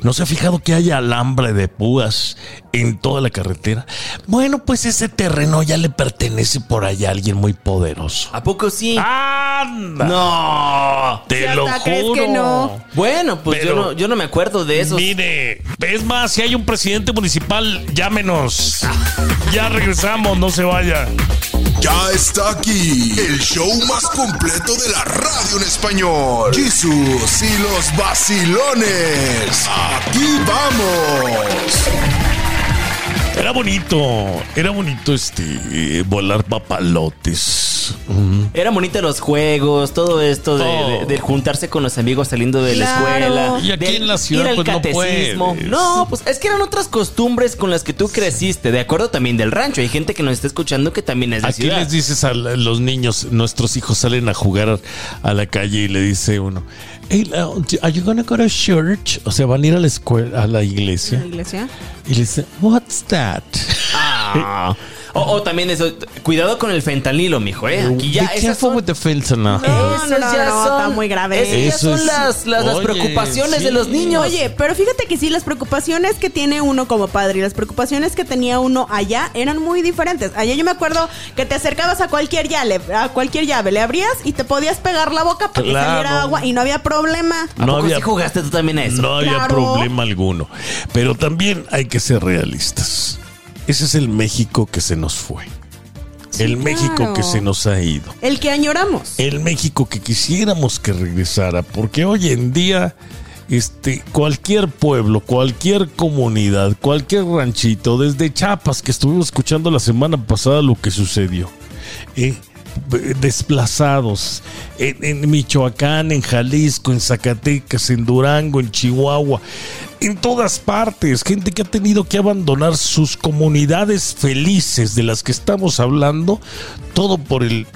A: ¿No se ha fijado que hay alambre de púas en toda la carretera? Bueno, pues ese terreno ya le pertenece por allá a alguien muy poderoso.
B: ¿A poco sí?
A: ¡Anda!
B: No.
A: ¡Te lo
C: hasta crees
A: juro!
C: que no.
B: Bueno, pues
A: Pero-
B: yo, no, yo no me acuerdo de eso.
A: Mire, es más, si hay un presidente municipal, llámenos. Ya regresamos, no se vaya.
D: Ya está aquí el show más completo de la radio en español. Jesús y los vacilones. Aquí vamos.
A: Era bonito, era bonito este eh, volar papalotes.
B: Eran bonitos los juegos, todo esto de,
A: Oh.
B: de- de juntarse con los amigos saliendo de
C: Claro.
B: la escuela.
A: Y aquí
B: del
A: en la ciudad,
B: ir al
A: pues, no
B: catecismo.
A: puedes.
B: No, pues es que eran otras costumbres con las que tú creciste, de acuerdo también del rancho. Hay gente que nos está escuchando que también es de
A: Aquí
B: ciudad.
A: les dices a la- los niños, nuestros hijos salen a jugar a la calle y le dice uno, hey, uh, are you gonna go to church? O sea, van a ir a la escuela, a la
C: La
A: iglesia.
C: iglesia.
A: Y le dice, what's that?
B: Ah. O, o también eso, cuidado con el fentanilo, mijo, eh. Aquí ya
A: Be
B: esas
A: careful
B: son-
A: with the fentanyl.
C: No, no, no,
B: ya
C: no,
B: son-
C: está muy grave.
B: esas ya
A: Eso
B: son
A: es-
B: las, las, las
A: Oye,
B: preocupaciones
A: sí.
B: de los niños.
C: Oye, pero fíjate que sí, las preocupaciones que tiene uno como padre y las preocupaciones que tenía uno allá eran muy diferentes. Allá yo me acuerdo que te acercabas a cualquier llave, a cualquier llave, le abrías y te podías pegar la boca para
A: Claro.
C: que saliera agua y no había problema.
B: ¿A
A: no
B: poco
A: había-
B: sí jugaste tú también a eso?
A: No había
C: Claro.
A: problema alguno. Pero también hay que ser realistas. Ese es el México que se nos fue. el México
C: claro.
A: que se nos ha ido.
C: El que añoramos.
A: El México que quisiéramos que regresara. Porque hoy en día, este, cualquier pueblo, cualquier comunidad, cualquier ranchito, desde Chiapas, que estuvimos escuchando la semana pasada lo que sucedió. eh, eh, desplazados en, en Michoacán, en Jalisco, en Zacatecas, en Durango, en Chihuahua, en todas partes, gente que ha tenido que abandonar sus comunidades felices de las que estamos hablando, todo por el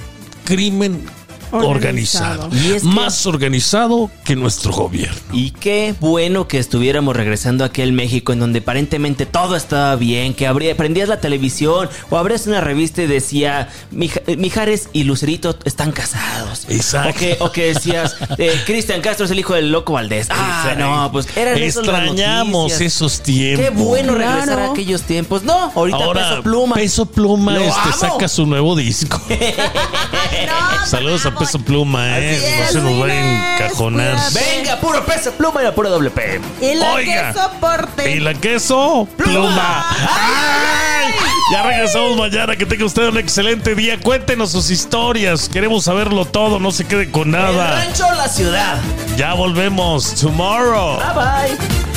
A: crimen organizado.
C: Organizado.
B: Y es que-
A: Más organizado que nuestro gobierno.
B: Y qué bueno que estuviéramos regresando a aquel México en donde aparentemente todo estaba bien, que abría- prendías la televisión o abrías una revista y decía "Mija- eh, Mijares y Lucerito están casados.
A: Exacto.
B: O que, o que decías eh, Cristian Castro es el hijo del loco Valdés. Ah, no, pues eran esas las
A: Extrañamos
B: noticias.
A: esos tiempos.
B: Qué bueno regresar
C: Claro.
B: a aquellos tiempos. No, ahorita
A: Ahora,
B: peso pluma.
A: Peso Pluma
B: Lo
A: este,
B: amo.
A: saca su nuevo disco. Saludos a Peso Pluma, ¿eh?
C: Así
A: no
C: es,
A: se nos va a
C: Inés,
A: encajonar.
C: cuídate.
B: Venga, puro peso pluma y a puro doble P.
C: Y la
A: Oiga.
C: que soporte.
A: Y la queso, pluma.
B: Pluma.
A: ¡Ay! Ya regresamos mañana. Que tenga usted un excelente día. Cuéntenos sus historias. Queremos saberlo todo. No se quede con
B: El
A: nada.
B: rancho, la ciudad.
A: Ya volvemos. Tomorrow.
B: Bye bye.